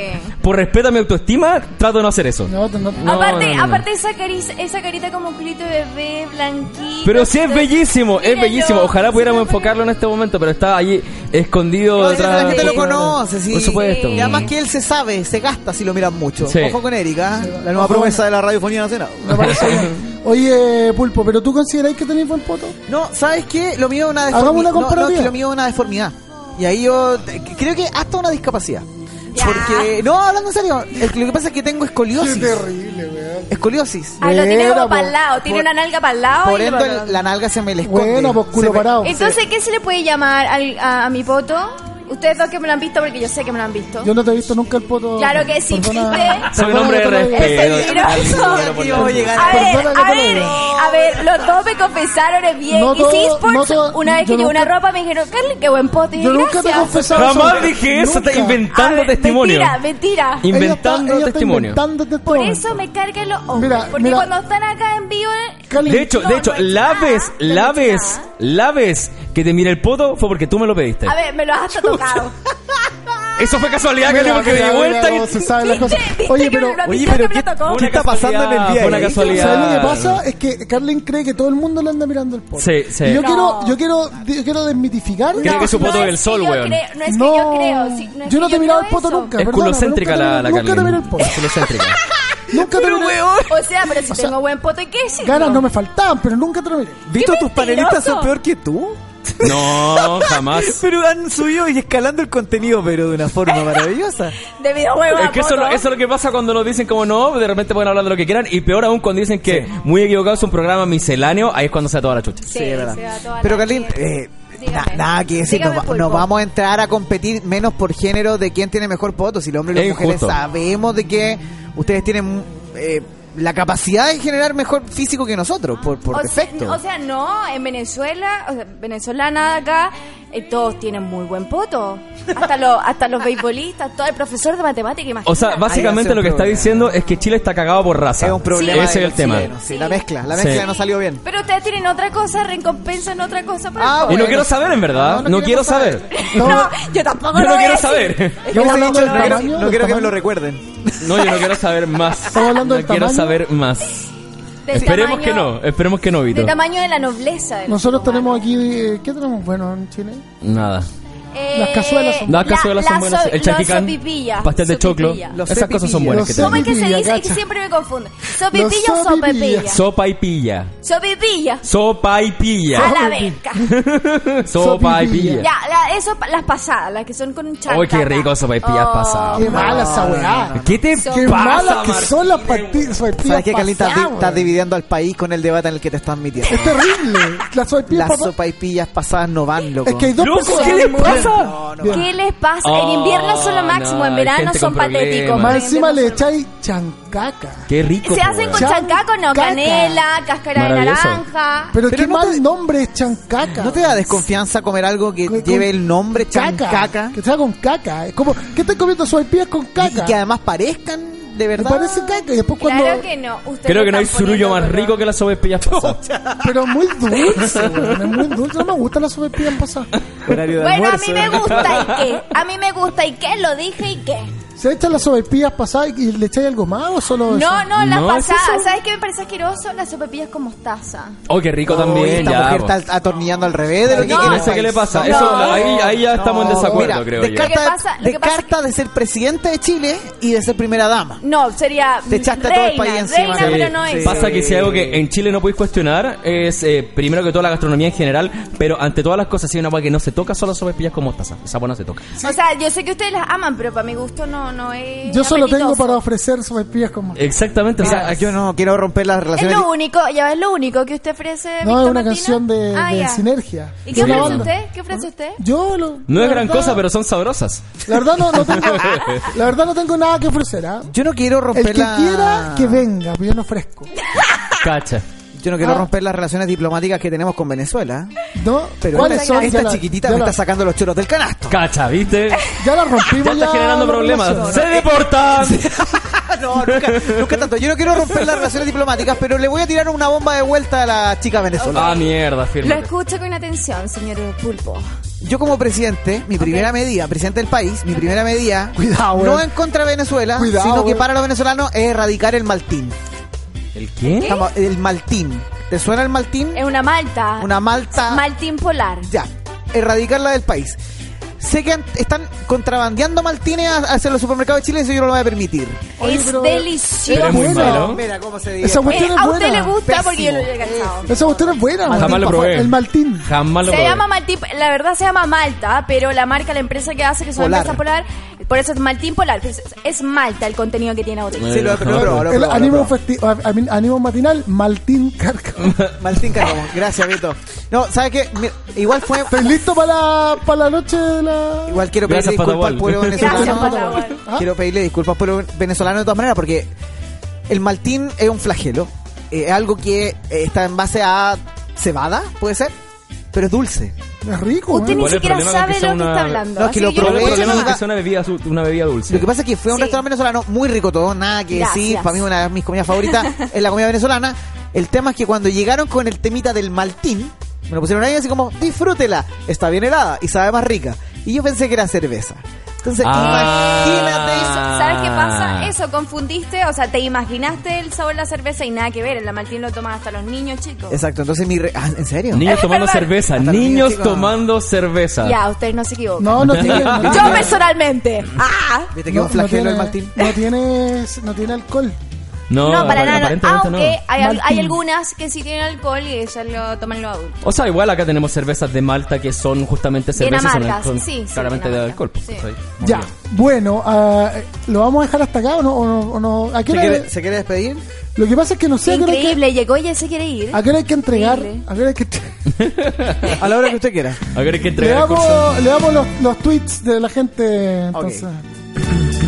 S7: por respeto a mi autoestima, trato de no hacer eso.
S2: No, no-
S7: No,
S8: aparte,
S7: no, no, no.
S8: aparte esa, cariz- esa carita como culito de bebé, blanquito.
S7: Pero sí es bellísimo, es
S8: Míralo.
S7: bellísimo. Ojalá
S8: Sí,
S7: pudiéramos
S8: me parece.
S7: enfocarlo en este momento, pero está allí escondido
S3: No,
S7: detrás.
S3: la gente lo
S8: Sí.
S3: conoce, sí.
S7: Por supuesto.
S3: Y además que él se sabe, se gasta si lo miran mucho.
S7: Sí.
S3: Ojo con Erika, ¿eh? la nueva
S2: Ojo
S3: promesa de la radiofonía nacional.
S2: Me parece bien. Oye, Pulpo, ¿pero tú consideráis que tenéis buen poto?
S3: No, ¿sabes qué? Lo mío es una
S2: Hagamos una
S3: deformidad. No, no,
S2: comparativa.
S3: es que lo mío es una deformidad. Y ahí yo eh, creo que hasta una discapacidad. Porque, no, hablando en serio, el- lo que pasa es que tengo escoliosis.
S2: terrible, weón.
S3: Escoliosis.
S8: Ah, lo tiene
S2: Era,
S8: como para
S2: po.
S8: el lado, tiene
S3: Por-
S8: una nalga para el lado.
S3: Por
S8: y
S3: ende,
S8: para el otro.
S3: la nalga se me le esconde.
S2: Bueno, pues
S3: Se
S2: culo
S3: me-
S2: parado.
S8: Entonces, ¿qué se le puede llamar al- a, a mi poto? Ustedes dos que me lo han visto, porque yo sé que me lo han visto.
S2: Yo no te he visto nunca el poto.
S8: Claro que sí,
S2: Perdona-
S8: viste.
S7: Soy un hombre de
S2: perdona que te lo diga.
S8: Es
S7: respeto. Al libro,
S8: peligroso.
S7: por
S3: Aquí vamos a
S7: favor.
S3: llegar.
S8: A ver,
S2: Perdona que
S8: a
S2: te lo
S8: ver,
S2: diga.
S8: a ver, los dos me confesaron es bien.
S2: No
S8: y
S2: todo-
S8: sí, Sports,
S2: no todo-
S8: una vez que
S2: yo
S8: llevo una
S2: nunca-
S8: ropa me dijeron, Carly, qué buen pote. Y
S2: Yo
S8: dije,
S2: nunca te he
S8: "Gracias".
S2: confesado
S7: Jamás
S2: eso.
S7: dije eso, está
S2: Nunca.
S8: A
S7: inventando
S8: ver,
S7: testimonio.
S8: Mentira, mentira.
S2: Ella está-
S7: Inventando
S2: ella está
S7: testimonio.
S2: inventando
S8: Por
S2: testimonio.
S8: eso me cargan los hombres.
S2: Mira,
S8: porque
S2: mira.
S8: cuando están acá en vivo.
S2: Carly,
S7: De hecho,
S8: No,
S7: de hecho,
S8: no he hecho
S7: la
S8: nada,
S7: vez,
S8: no he
S7: la
S8: hecho
S7: vez,
S8: nada.
S7: la vez que te miré el poto fue porque tú me lo pediste.
S8: A ver, me los has hasta tocado.
S7: Eso fue casualidad,
S2: Mira,
S7: Cali, porque me
S2: mira,
S7: di
S2: mira
S7: vuelta
S2: cómo se
S7: y...
S2: sabe las
S8: ¿Viste?
S2: cosas.
S8: ¿Viste
S2: Oye,
S8: que
S2: pero...
S8: me lo
S3: Oye,
S8: picó,
S3: pero
S8: que me
S3: ¿qué-
S8: lo tocó?
S3: qué está pasando en el día?
S7: Fue una
S3: ¿Viste?
S7: casualidad.
S2: ¿Sabes lo que pasa? Es que Carlin cree que todo el mundo le anda mirando el poto.
S7: Sí, sí.
S2: Y yo,
S7: No.
S2: quiero, yo, quiero, yo quiero desmitificar.
S7: Creo que su poto
S8: es
S7: del sol,
S8: que yo
S7: weón.
S8: creo- No es que
S2: No,
S8: yo creo. sí, no es
S2: yo
S8: que
S2: no te he mirado el poto
S8: creo eso.
S2: nunca.
S7: Es
S2: Perdona,
S7: culocéntrica
S2: pero
S7: la, la
S2: nunca te-
S7: Carlin.
S2: Nunca te miré el poto.
S7: Es culocéntrica.
S2: Nunca
S8: Pero,
S2: terminé.
S8: weón. O sea, pero si
S2: O sea,
S8: tengo buen poto, ¿y qué es
S2: Ganas no me faltaban, pero nunca terminé.
S3: Vito, tus
S8: mentiroso!
S3: panelistas son peor que tú.
S7: No, jamás.
S3: Pero han subido y escalando el contenido, pero de una forma maravillosa.
S8: De videojuegos
S7: Es
S8: a
S7: que eso, es lo-
S8: poto.
S7: eso es lo que pasa cuando nos dicen como no, de repente pueden hablar de lo que quieran y peor aún cuando dicen que muy equivocado es un programa misceláneo, ahí es cuando se da toda la chucha.
S8: Sí,
S3: Sí, es
S8: se va toda
S3: verdad.
S8: la
S3: Pero Carlín,
S8: mierda.
S3: eh,
S8: Dígame.
S3: na- nada que decir,
S8: Dígame,
S3: nos, va-
S8: pulpo.
S3: nos vamos a entrar a competir menos por género de quién tiene mejor poto. Si los hombres y
S7: Es
S3: las mujeres
S7: injusto.
S3: sabemos de que ustedes tienen eh, la capacidad de generar mejor físico que nosotros, por, por
S8: o
S3: defecto.
S8: Sea, o sea, no, en Venezuela, o sea, venezolana de acá, eh, todos tienen muy buen poto. Hasta, los hasta los beisbolistas, todo el profesor de matemática, imagínate.
S7: O
S3: Ahí
S7: sea,
S3: va a ser
S7: básicamente
S3: un
S7: lo que está
S3: problema.
S7: diciendo es que Chile está cagado por raza.
S3: es un problema.
S7: Ese
S3: de
S7: es el
S3: los
S7: tema.
S3: chilenos, sí,
S8: Sí.
S3: la mezcla, la
S7: Sí.
S3: mezcla no salió bien.
S8: Pero ustedes tienen otra cosa, recompensan otra cosa. Para
S3: Ah,
S7: Y
S8: el poto.
S7: no quiero saber, en verdad. No, quiero saber.
S2: No,
S8: No, yo tampoco
S7: Yo
S8: lo
S7: no
S8: voy a
S7: quiero
S8: decir.
S7: saber.
S2: Yo
S3: Hubiese
S2: hablando
S3: dicho,
S2: del
S3: no quiero,
S2: tamaño,
S3: no quiero que
S2: del
S3: me lo
S2: tamaño.
S3: recuerden.
S7: No, yo no quiero saber más.
S2: Estamos hablando
S7: no
S2: del
S7: quiero
S2: tamaño.
S7: saber más.
S8: Del
S7: Esperemos
S8: tamaño-
S7: que no, esperemos que no, Vito.
S8: Del tamaño de la nobleza. del
S2: Nosotros
S8: ser
S2: tenemos
S8: humano.
S2: aquí, eh, ¿qué tenemos bueno en Chile?
S7: Nada.
S8: Eh,
S2: Las cazuelas son-
S7: Las cazuelas son
S8: la
S7: buenas.
S8: so-
S7: El
S8: los
S7: charquicán,
S8: sopipillas,
S7: pastel de choclo,
S8: sopipillas.
S3: Los
S7: esas cosas son
S3: cepillas.
S7: buenas que
S2: Los
S7: tenemos.
S8: ¿Cómo es que se
S2: Sopipilla,
S8: dice? Es que
S2: cacha.
S8: siempre me confundo. ¿Sopipilla
S2: Los
S8: o
S2: sopipillas.
S8: sopepilla?
S7: Sopa y pilla.
S8: Sopipilla.
S7: Sopa y pilla.
S8: A la verga.
S7: Sopa y pilla.
S8: Ya, la- eso, pa- las pasadas, las que son con Oh. charca.
S7: Uy, qué rico sopaipillas
S8: Ah,
S7: pasadas.
S2: Qué mala esa weá.
S7: ¿Qué te
S8: Sopa.
S2: Qué
S7: pasa,
S2: malas que
S7: Martín?
S2: son las partidas.
S3: ¿Sabes qué, Carlín? Estás, di- estás dividiendo al país con el debate en el que te están metiendo.
S2: Es terrible. Las sopaipillas,
S3: Las
S2: papá.
S3: sopa y pillas pasadas no van, loco.
S2: Es que hay dos
S7: Loco,
S2: personas.
S7: ¿qué le pasa?
S3: No, no
S2: Bien.
S8: ¿Qué les pasa? en
S7: Oh,
S8: invierno son lo máximo, en
S7: no, hay
S8: verano
S7: gente
S8: son
S7: con problemas.
S8: patéticos.
S2: Más
S8: en
S2: encima le
S8: invierno son-
S2: echáis chancaca.
S7: Qué rico.
S8: Se
S7: po,
S8: hacen con
S7: weón.
S8: chancaco, no,
S2: Chancaca.
S8: canela, cáscara de
S7: Maravilloso.
S8: naranja.
S2: Pero,
S3: Pero
S2: qué
S3: no
S2: mal
S3: te-
S2: nombre es chancaca.
S3: ¿No te da desconfianza comer algo que
S2: Con-
S3: lleve
S2: con-
S3: el nombre
S2: caca.
S3: chancaca?
S2: Que sea con caca. Es como, ¿qué estás comiendo sopaipillas con
S3: Y
S2: caca?
S3: que además parezcan
S2: Me
S3: de verdad.
S2: parece caca. Y después cuando...
S8: Claro que no. ustedes
S7: Creo que no hay
S8: están
S7: surullo
S8: poniendo
S7: más
S8: color.
S7: rico que las sopaipillas pasadas.
S2: Pero muy dulce, weón. Es muy dulce. No me gustan las sopaipillas pasadas.
S3: Horario de
S8: Bueno, a
S3: almuerzo.
S8: mí me gusta y qué. A mí me gusta y qué, lo dije y qué.
S2: ¿Se echan las sopaipillas pasadas y le echáis algo más o solo eso?
S8: No, no, las
S7: No, ¿es
S8: pasadas.
S7: eso?
S8: ¿Sabes qué me parece asqueroso? Las sopepillas con mostaza.
S7: Oh, qué rico
S3: Oye,
S7: también.
S3: Esta
S7: ya, pues.
S3: mujer
S7: po.
S3: está atornillando al revés de lo que
S8: No.
S3: quiere.
S7: No sé qué le pasa.
S8: No.
S7: Eso, ahí, ahí ya estamos en desacuerdo,
S3: Mira,
S7: creo yo.
S3: descarta,
S8: Lo que pasa- lo que pasa
S3: descarta de ser presidente de Chile y de ser primera dama.
S8: No, sería
S3: Te echaste a
S8: reina,
S3: todo el país encima,
S8: reina,
S3: sí,
S8: pero no
S3: sí.
S8: es.
S7: Pasa que si hay algo que en Chile no podéis cuestionar es, eh, primero que todo, la gastronomía en general, pero ante todas las cosas, si hay una agua que no se toca, solo sopaipillas con mostaza. Esa buena se toca.
S8: O sea, yo sé que ustedes las aman, pero para mi gusto no, no es.
S2: Yo solo tengo
S8: apetitoso.
S2: para ofrecer sopaipillas con más.
S7: Exactamente. o sea,
S3: Mira, yo no quiero romper las
S8: Es
S3: relaciones.
S8: lo único, ya ves, lo único que usted ofrece.
S2: No, es
S8: Víctor
S2: una
S8: Martino.
S2: canción de,
S8: Ah,
S2: de
S8: ya.
S2: sinergia.
S8: ¿Y
S2: de
S8: qué
S2: una
S8: ofrece
S2: banda.
S8: usted? ¿Qué ofrece usted?
S2: Yo lo-
S7: no es
S2: la
S7: gran
S2: verdad-
S7: cosa, pero son sabrosas.
S2: La verdad no, no tengo, la verdad no tengo nada que ofrecer. ¿ah?
S3: Yo no quiero
S2: El
S3: romper
S2: que
S3: la-
S2: quiera que venga, pero yo no ofrezco.
S7: Cacha.
S3: Yo no quiero
S2: Ah.
S3: romper las relaciones diplomáticas que tenemos con Venezuela.
S2: No,
S3: Pero
S2: ¿cuáles
S3: esta,
S2: son?
S3: esta
S2: Ya la-
S3: chiquitita
S2: ya
S3: me
S2: la-
S3: está sacando los choros del canasto.
S7: Cacha, ¿viste?
S2: Ya la rompimos.
S7: Ya está generando
S2: la
S7: problemas.
S2: relación.
S7: ¡Se deportan!
S3: no, nunca, nunca tanto. Yo no quiero romper las relaciones diplomáticas, pero le voy a tirar una bomba de vuelta a la chica venezolana.
S7: Ah, mierda,
S8: Lo
S7: firme.
S8: escucho con atención, señor Pulpo.
S3: Yo como presidente, mi primera medida, presidente del país, mi primera medida,
S2: Cuidado,
S3: no
S2: weón.
S3: en contra de Venezuela,
S2: Cuidado,
S3: sino que
S2: weón.
S3: para los venezolanos es erradicar el maltín.
S7: ¿El qué?
S3: Estamos- el maltín. ¿Te suena el
S2: Eh.
S3: maltín?
S8: Es una malta.
S3: Una malta.
S8: Maltín polar.
S3: ya, erradicarla del país. Sé que han- están contrabandeando maltines a- hacia los supermercados de Chile, eso yo no lo voy a permitir.
S2: Oye,
S8: es
S2: pero-
S8: delicioso.
S7: Pero es muy
S2: Bueno,
S7: malo.
S3: Mira cómo se
S2: Esa cuestión
S8: Eh,
S2: es
S8: a usted le
S2: buena.
S8: gusta porque yo lo
S3: Pésimo.
S8: he cansado.
S2: Esa cuestión es buena.
S7: Jamás
S2: Martín,
S7: lo
S2: por favor.
S7: probé.
S2: El Maltín.
S7: Jamás lo
S8: Se
S7: probé.
S8: llama Maltín, la verdad se llama Malta, pero la marca, la empresa que hace que son
S3: Polar.
S8: empresa polar, por eso es Maltín Polar, pero es, es Malta el contenido que tiene la botella.
S3: Sí, lo he probado, lo he probado,
S2: el
S3: lo he
S2: ánimo,
S3: probado.
S2: festi- a- a mí- ánimo matinal, Maltín Carcamo.
S3: Maltín Cargamos. Gracias, Beto. No, ¿sabes qué? Mira, igual fue...
S2: ¿Estás listo para la, para la noche de la.?
S3: Igual quiero pedirle
S7: Gracias,
S3: disculpas
S7: Patawal.
S3: al pueblo
S8: Gracias,
S3: venezolano.
S8: Patawal.
S2: ¿Ah?
S3: Quiero pedirle disculpas al pueblo venezolano de todas maneras porque el maltín es un flagelo. Eh, es algo que eh, está en base a cebada, puede ser, pero es dulce.
S2: Es rico,
S8: Usted
S2: ¿eh?
S8: ni
S7: ¿Cuál es el
S8: siquiera
S7: problema
S8: sabe
S7: con que sea
S8: lo que está
S7: una-
S3: No,
S8: hablando.
S3: es
S8: así
S3: que lo
S8: yo
S7: Pero
S8: no
S7: el
S3: probé,
S8: escucho
S7: problema es
S8: nada.
S7: que sea una bebida, su- una bebida
S3: Lo
S7: dulce.
S3: que pasa es que fue a un
S8: Sí.
S3: restaurante venezolano muy rico todo, nada que
S8: Gracias.
S3: decir, para mí una de mis comidas favoritas es la comida venezolana. El tema es que cuando llegaron con el temita del maltín, me lo pusieron ahí así como, disfrútela, está bien helada y sabe más rica. Y yo pensé que era cerveza. Entonces,
S7: Ah.
S3: imagínate
S8: Eso,
S3: eso.
S8: ¿Sabes qué pasa? Eso, confundiste, o sea, te imaginaste el sabor de la cerveza y nada que ver. El Maltín lo toman hasta los niños, chicos.
S3: Exacto, entonces mi... re- ah, ¿En serio?
S7: Niños tomando cerveza.
S3: Hasta los niños,
S7: Niños
S3: chicos.
S7: tomando cerveza.
S8: Ya, ustedes no se equivocan.
S2: No, no tiene. no tiene-
S8: Yo personalmente. ¡Ah!
S3: ¿Viste que es un
S2: no
S3: flagelo
S2: tiene-
S3: el Martín?
S2: No tiene, no tiene alcohol.
S7: No,
S8: No, para
S7: ap-
S8: nada.
S7: aparentemente no.
S8: Aunque hay, hay
S2: Martín.
S8: algunas que sí tienen alcohol y eso lo toman los adultos.
S7: O sea, igual acá tenemos cervezas de Malta que son justamente
S8: Bien
S7: cervezas con
S8: amargas,
S7: alcohol-
S8: sí, sí,
S7: claramente
S8: bien
S7: de
S8: amargas,
S7: alcohol. pues,
S8: sí.
S7: ¿cachai? Muy
S2: Ya,
S7: bien.
S2: bueno, ah, ¿lo vamos a dejar hasta acá o no? O no, o no? ¿A qué
S3: ¿Se
S2: hora-
S3: quiere, ¿Se quiere despedir?
S2: Lo que pasa es que no sé
S8: Qué
S2: a qué hora hay que-
S8: increíble, llegó y ya se quiere ir.
S2: a qué hora hay que entregar.
S8: Increíble.
S2: a qué hora hay que entre-
S3: A la hora que usted quiera.
S7: Ahora hay que
S2: le
S7: entregar el curso.
S2: damos, le damos los, los tweets de la gente.
S3: Ok.
S2: Entonces.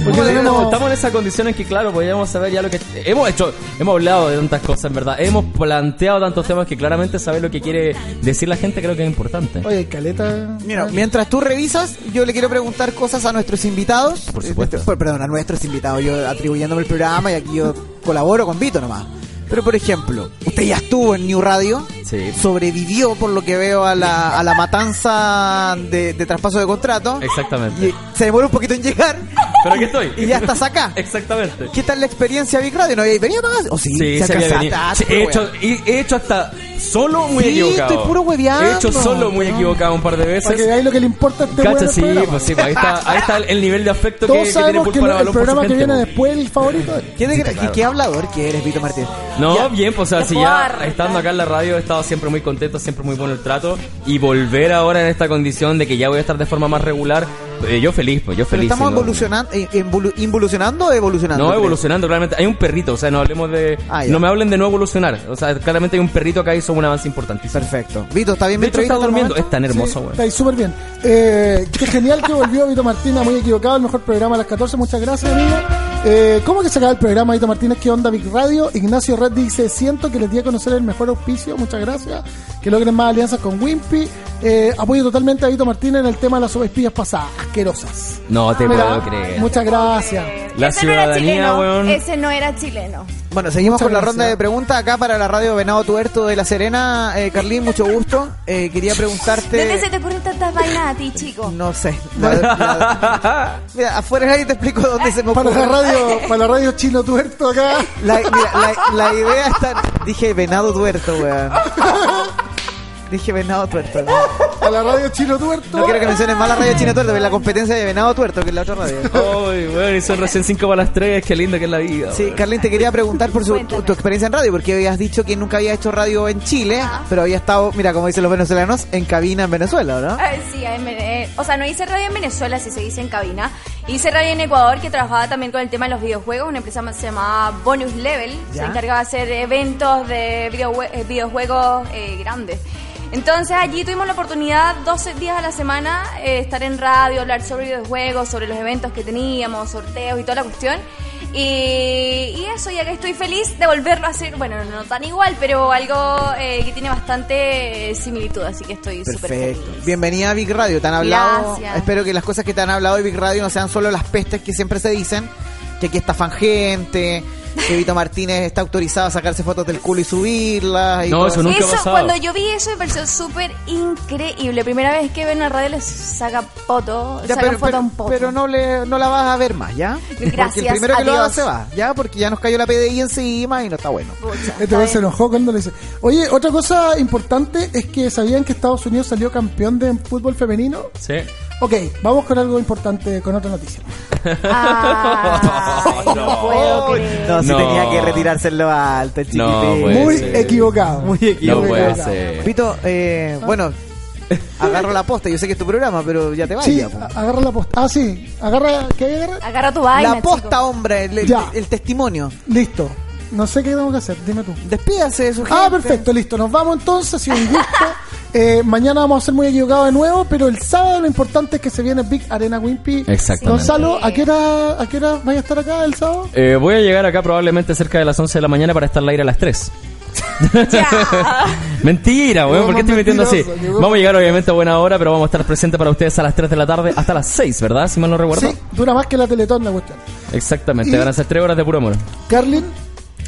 S7: Porque
S2: Porque
S7: tenemos-
S2: tenemos-
S7: estamos en esa condición en que, claro, podríamos saber ya lo que... Hemos hecho, hemos hablado de tantas cosas, en verdad. Hemos planteado tantos temas que claramente saber lo que quiere decir la gente creo que es importante.
S2: Oye, caleta.
S3: Mira, mientras tú revisas, yo le quiero preguntar cosas a nuestros invitados.
S7: Por supuesto.
S3: Eh, per- perdón, a nuestros invitados. Yo atribuyéndome el programa y aquí yo colaboro con Vito nomás. Pero por ejemplo, usted ya estuvo en New Radio,
S7: Sí.
S3: sobrevivió por lo que veo a la, a la matanza de, de traspaso de contrato.
S7: Exactamente.
S3: Y se demoró un poquito en llegar
S7: Pero aquí estoy.
S3: y ya estás acá.
S7: Exactamente.
S3: ¿Qué tal la experiencia Big Radio? ¿No habías venido para acá? ¿O sí?
S7: Sí, se había
S3: alcanzaste?
S7: venido.
S3: Ah,
S7: Sí,
S3: pura
S7: he,
S3: wea.
S7: hecho, y he hecho hasta solo muy
S3: Sí,
S7: equivocado.
S3: estoy puro hueveando.
S7: He hecho solo muy equivocado un par de veces.
S2: Para que veáis lo que le importa a este weón
S7: Cacha,
S2: del
S7: sí,
S2: programa.
S7: pues sí, pues ahí está, ahí está el- el nivel de afecto que,
S2: Todos
S7: que tiene
S2: sabemos que,
S7: Pulpa
S2: el- el
S7: Balón por su
S2: programa que
S7: gente, pues.
S2: viene
S7: po.
S2: después es el favorito. de él.
S3: ¿Qué, de- qué- qué hablador que eres, Vito Martínez?
S7: No,
S3: Ya.
S7: bien, pues o sea,
S8: Te
S7: si
S8: puedo
S7: ya
S8: arrestar.
S7: estando acá en la radio he estado siempre muy contento, siempre muy bueno el trato y volver ahora en esta condición de que ya voy a estar de forma más regular, eh, yo feliz, pues yo
S3: Pero
S7: feliz.
S3: estamos
S7: sin duda.
S3: evolucionando, eh, involu- involucionando o evolucionando.
S7: No,
S3: creo?
S7: evolucionando, claramente. Hay un perrito, o sea, no hablemos de.
S3: Ah, ya.
S7: no me hablen de no evolucionar. O sea, claramente hay un perrito que hizo un avance importantísimo.
S3: Perfecto. Vito, ¿está bien
S7: De hecho,
S3: Metrovita hasta
S7: está
S3: el
S7: durmiendo.
S3: momento?
S7: Es tan hermoso,
S2: Sí,
S7: güey.
S2: Está ahí súper bien. Eh, qué genial que volvió Vito Martínez, muy equivocado, el mejor programa a las 14. Muchas gracias, amigo. Eh, ¿Cómo que se acaba el programa Vito Martínez? ¿Qué onda Big Radio? Ignacio Red dice, siento que les di a conocer el mejor auspicio, muchas gracias. Que logren más alianzas con Wimpy. Eh, apoyo totalmente a Vito Martínez en el tema de las sobrespillas pasadas, asquerosas.
S7: No te
S2: Mira,
S7: puedo creer.
S2: Muchas gracias.
S7: La
S8: Ese no era
S7: ciudadanía,
S8: chileno,
S7: weón.
S8: Ese no era chileno.
S3: Bueno, seguimos
S2: Muchas
S3: con la
S2: gracias.
S3: ronda de preguntas acá para la radio Venado Tuerto de La Serena. Eh, Carlín, mucho gusto. Eh, quería
S8: ¿Dónde se
S3: preguntarte...
S8: te ocurren tantas vainas a ti, chico?
S3: No sé. La- la- mira, afuera ahí te explico dónde se me
S2: Para
S3: ocurre.
S2: la radio, para la radio chino tuerto acá.
S3: La, mira, la- la idea está... Dije Venado Tuerto, weón. Dije Venado Tuerto. weón.
S2: Para la radio chino tuerto.
S3: No quiero que menciones más la radio China Tuerto, pero la competencia de Venado Tuerto, que es la otra radio.
S7: Ay, bueno, y son recién 5 para las 3, qué linda que es la vida.
S3: Sí,
S7: weón.
S3: Carlin, te quería preguntar por su, tu, tu experiencia en radio, porque habías dicho que nunca había hecho radio en Chile, pero había estado, mira, como dicen los venezolanos, en cabina en Venezuela, ¿no?
S8: Ah, sí, en Vene- eh, o sea, no hice radio en Venezuela, si se dice en cabina. Hice radio en Ecuador, que trabajaba también con el tema de los videojuegos, una empresa más- se llamaba Bonus Level, se
S3: Ya.
S8: encargaba de hacer eventos de videojue- eh, videojuegos eh, grandes. Entonces allí tuvimos la oportunidad 12 días a la semana eh, estar en radio, hablar sobre videojuegos, sobre los eventos que teníamos, sorteos y toda la cuestión. Y, y eso, ya que estoy feliz de volverlo a hacer, bueno, no tan igual, pero algo eh, que tiene bastante eh, similitud, así que estoy súper feliz.
S3: Perfecto. Bienvenida a Big Radio, te han hablado.
S8: Gracias.
S3: Espero que las cosas que te han hablado de Big Radio no sean solo las pestes que siempre se dicen, que aquí estafan gente, que Vito Martínez está autorizado a sacarse fotos del culo y subirlas. y
S7: No,
S3: todo
S7: eso nunca ha
S8: eso,
S7: pasado.
S8: cuando yo vi eso me pareció súper increíble. Primera vez que ven a radio les saca poto,
S3: Ya,
S8: saca
S3: pero,
S8: foto a un
S3: pero,
S8: poto.
S3: pero no le no la vas a ver más, ¿ya? Porque el
S8: Gracias,
S3: primero que lo haga
S8: adiós.
S3: se va, ¿ya? Porque ya nos cayó la PDI encima y no está bueno.
S8: Pucha,
S2: Este
S8: está
S2: weón se
S8: bien.
S2: enojó cuando le dice. Oye, otra cosa importante es que sabían que Estados Unidos salió campeón de fútbol femenino.
S7: Sí.
S2: Ok, vamos con algo importante, con otra noticia.
S8: Ay, no, puedo creer.
S3: No, sí
S7: No.
S3: tenía que retirarse en lo alto, el
S7: No,
S3: chiquitín.
S7: Puede
S2: Muy
S7: ser.
S2: equivocado. Muy
S7: No puede
S2: equivocado.
S7: ser.
S3: Pito, eh, bueno, agarro la posta. Yo sé que es tu programa, pero ya te vayas.
S2: Sí,
S3: po.
S2: a- agarra la posta. Ah, sí, agarra, ¿qué hay que agarrar?
S8: Agarra tu vaina,
S3: la posta,
S8: chico.
S3: hombre, el, el-
S2: Ya.
S3: el testimonio.
S2: Listo. No sé qué tengo que hacer, dime tú.
S3: Despídase de su gente.
S2: Ah, perfecto, listo. Nos vamos entonces, ha sido un gusto. Eh, mañana vamos a ser muy equivocados de nuevo, pero el sábado lo importante es que se viene Big Arena Wimpy.
S7: Exactamente.
S2: Gonzalo, ¿a qué hora, a qué hora vaya a estar acá el sábado?
S7: Eh, voy a llegar acá probablemente cerca de las 11 de la mañana para estar al aire a las 3.
S8: Ya.
S7: Mentira, weón, ¿por qué estoy metiendo así?
S2: Mentiroso, llegó-
S7: Vamos a llegar obviamente a buena hora, pero vamos a estar presentes para ustedes a las 3 de la tarde hasta las 6, ¿verdad? Si mal no recuerdo.
S2: Sí, dura más que la Teletón la cuestión.
S7: Exactamente,
S2: Y-
S7: van a ser 3 horas de puro amor.
S2: Carlin,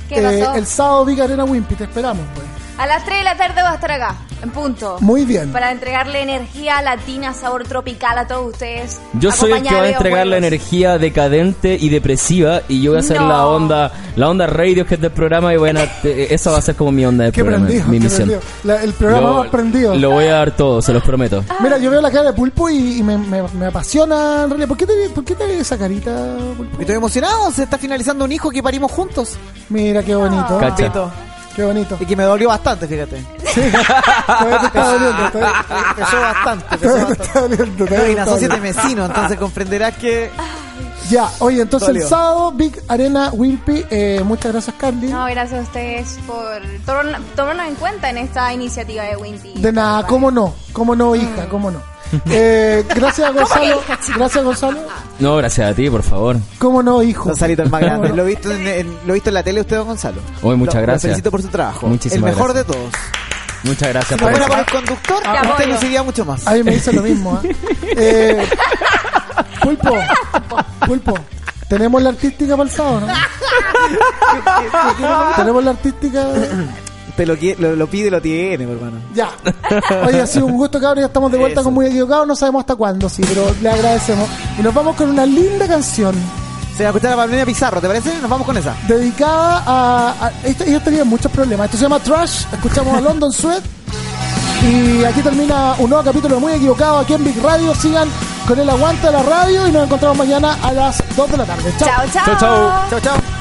S8: ¿Qué
S2: eh,
S8: pasó?
S2: el sábado Big Arena Wimpy, te esperamos. Pues.
S8: A las 3 de la tarde va a estar acá, en punto.
S2: Muy bien.
S8: Para entregarle energía latina, sabor tropical a todos ustedes.
S7: Yo soy el que va a entregar la energía decadente y depresiva y yo voy a hacer
S8: No.
S7: la onda, la onda radio que es del programa y bueno, te- esa va a ser como mi onda de
S2: Qué
S7: programa,
S2: prendido,
S7: mi
S2: qué
S7: misión.
S2: prendido. La- el programa
S7: Yo
S2: más prendido.
S7: Lo voy a dar todo, se los prometo.
S2: Mira, yo veo la cara de Pulpo y, y me, me, me apasiona en realidad. ¿Por qué te, por qué te ves esa carita, Pulpo?
S3: Porque estoy emocionado, se está finalizando un hijo que parimos juntos.
S2: Mira qué bonito.
S7: Cacha.
S3: Pito.
S2: Qué bonito.
S3: Y que me dolió bastante, fíjate.
S2: Todavía te está doliendo. Todavía
S3: Pesó bastante,
S2: todavía
S3: pesó
S2: te
S3: bastante.
S2: está doliendo. todavía
S3: Pero
S2: te
S3: y
S2: está
S3: nació siete
S2: doliendo.
S3: mesino, entonces comprenderás que...
S2: Ya, oye, entonces el
S3: Dolió.
S2: sábado, Big Arena Wilpi, eh, muchas gracias, Carly.
S8: No, gracias a ustedes por tomar- tomarnos en cuenta en esta iniciativa de Wimpy.
S2: De nada, cómo no, cómo no, hija, cómo no. Eh, gracias, Gonzalo. Gracias, Gonzalo.
S7: No, gracias a ti, por favor.
S2: Cómo no, hijo.
S3: Gonzalito es más
S2: Cómo
S3: grande.
S2: no.
S3: Lo he visto en, en- lo he visto en la tele usted, don Gonzalo.
S7: Hoy, muchas
S3: Lo- lo
S7: gracias.
S3: felicito por su trabajo.
S7: Muchísimas
S3: El mejor
S7: gracias.
S3: de todos.
S7: Muchas gracias por
S3: Bueno,
S7: eso.
S3: por el conductor,
S8: Ah,
S3: usted
S8: apoyo.
S3: no seguía este mucho más.
S2: A mí me dice lo mismo. ¿ah? Eh, pulpo, pulpo. Tenemos la artística para el sábado, ¿no? Tenemos la artística.
S3: Te lo, qui- lo, lo pide, lo tiene, mi hermano.
S2: Ya. Oye, ha sido un gusto, cabrón. Ya estamos de vuelta
S3: Eso.
S2: con Muy Equivocado. No sabemos hasta cuándo, sí, pero le agradecemos. Y nos vamos con una linda canción
S3: Se va a escuchar a Pablo Pizarro, ¿te parece? Nos vamos con esa.
S2: dedicada a. a- esto- ellos tenían muchos problemas. Esto se llama Trash. Escuchamos a London Sweat. Y aquí termina un nuevo capítulo de Muy Equivocado aquí en Big Radio. Sigan con el aguante de la radio y nos encontramos mañana a las 2 de la tarde. Chao.
S8: Chao, chao.
S7: Chao, chao.
S3: Chao, chao.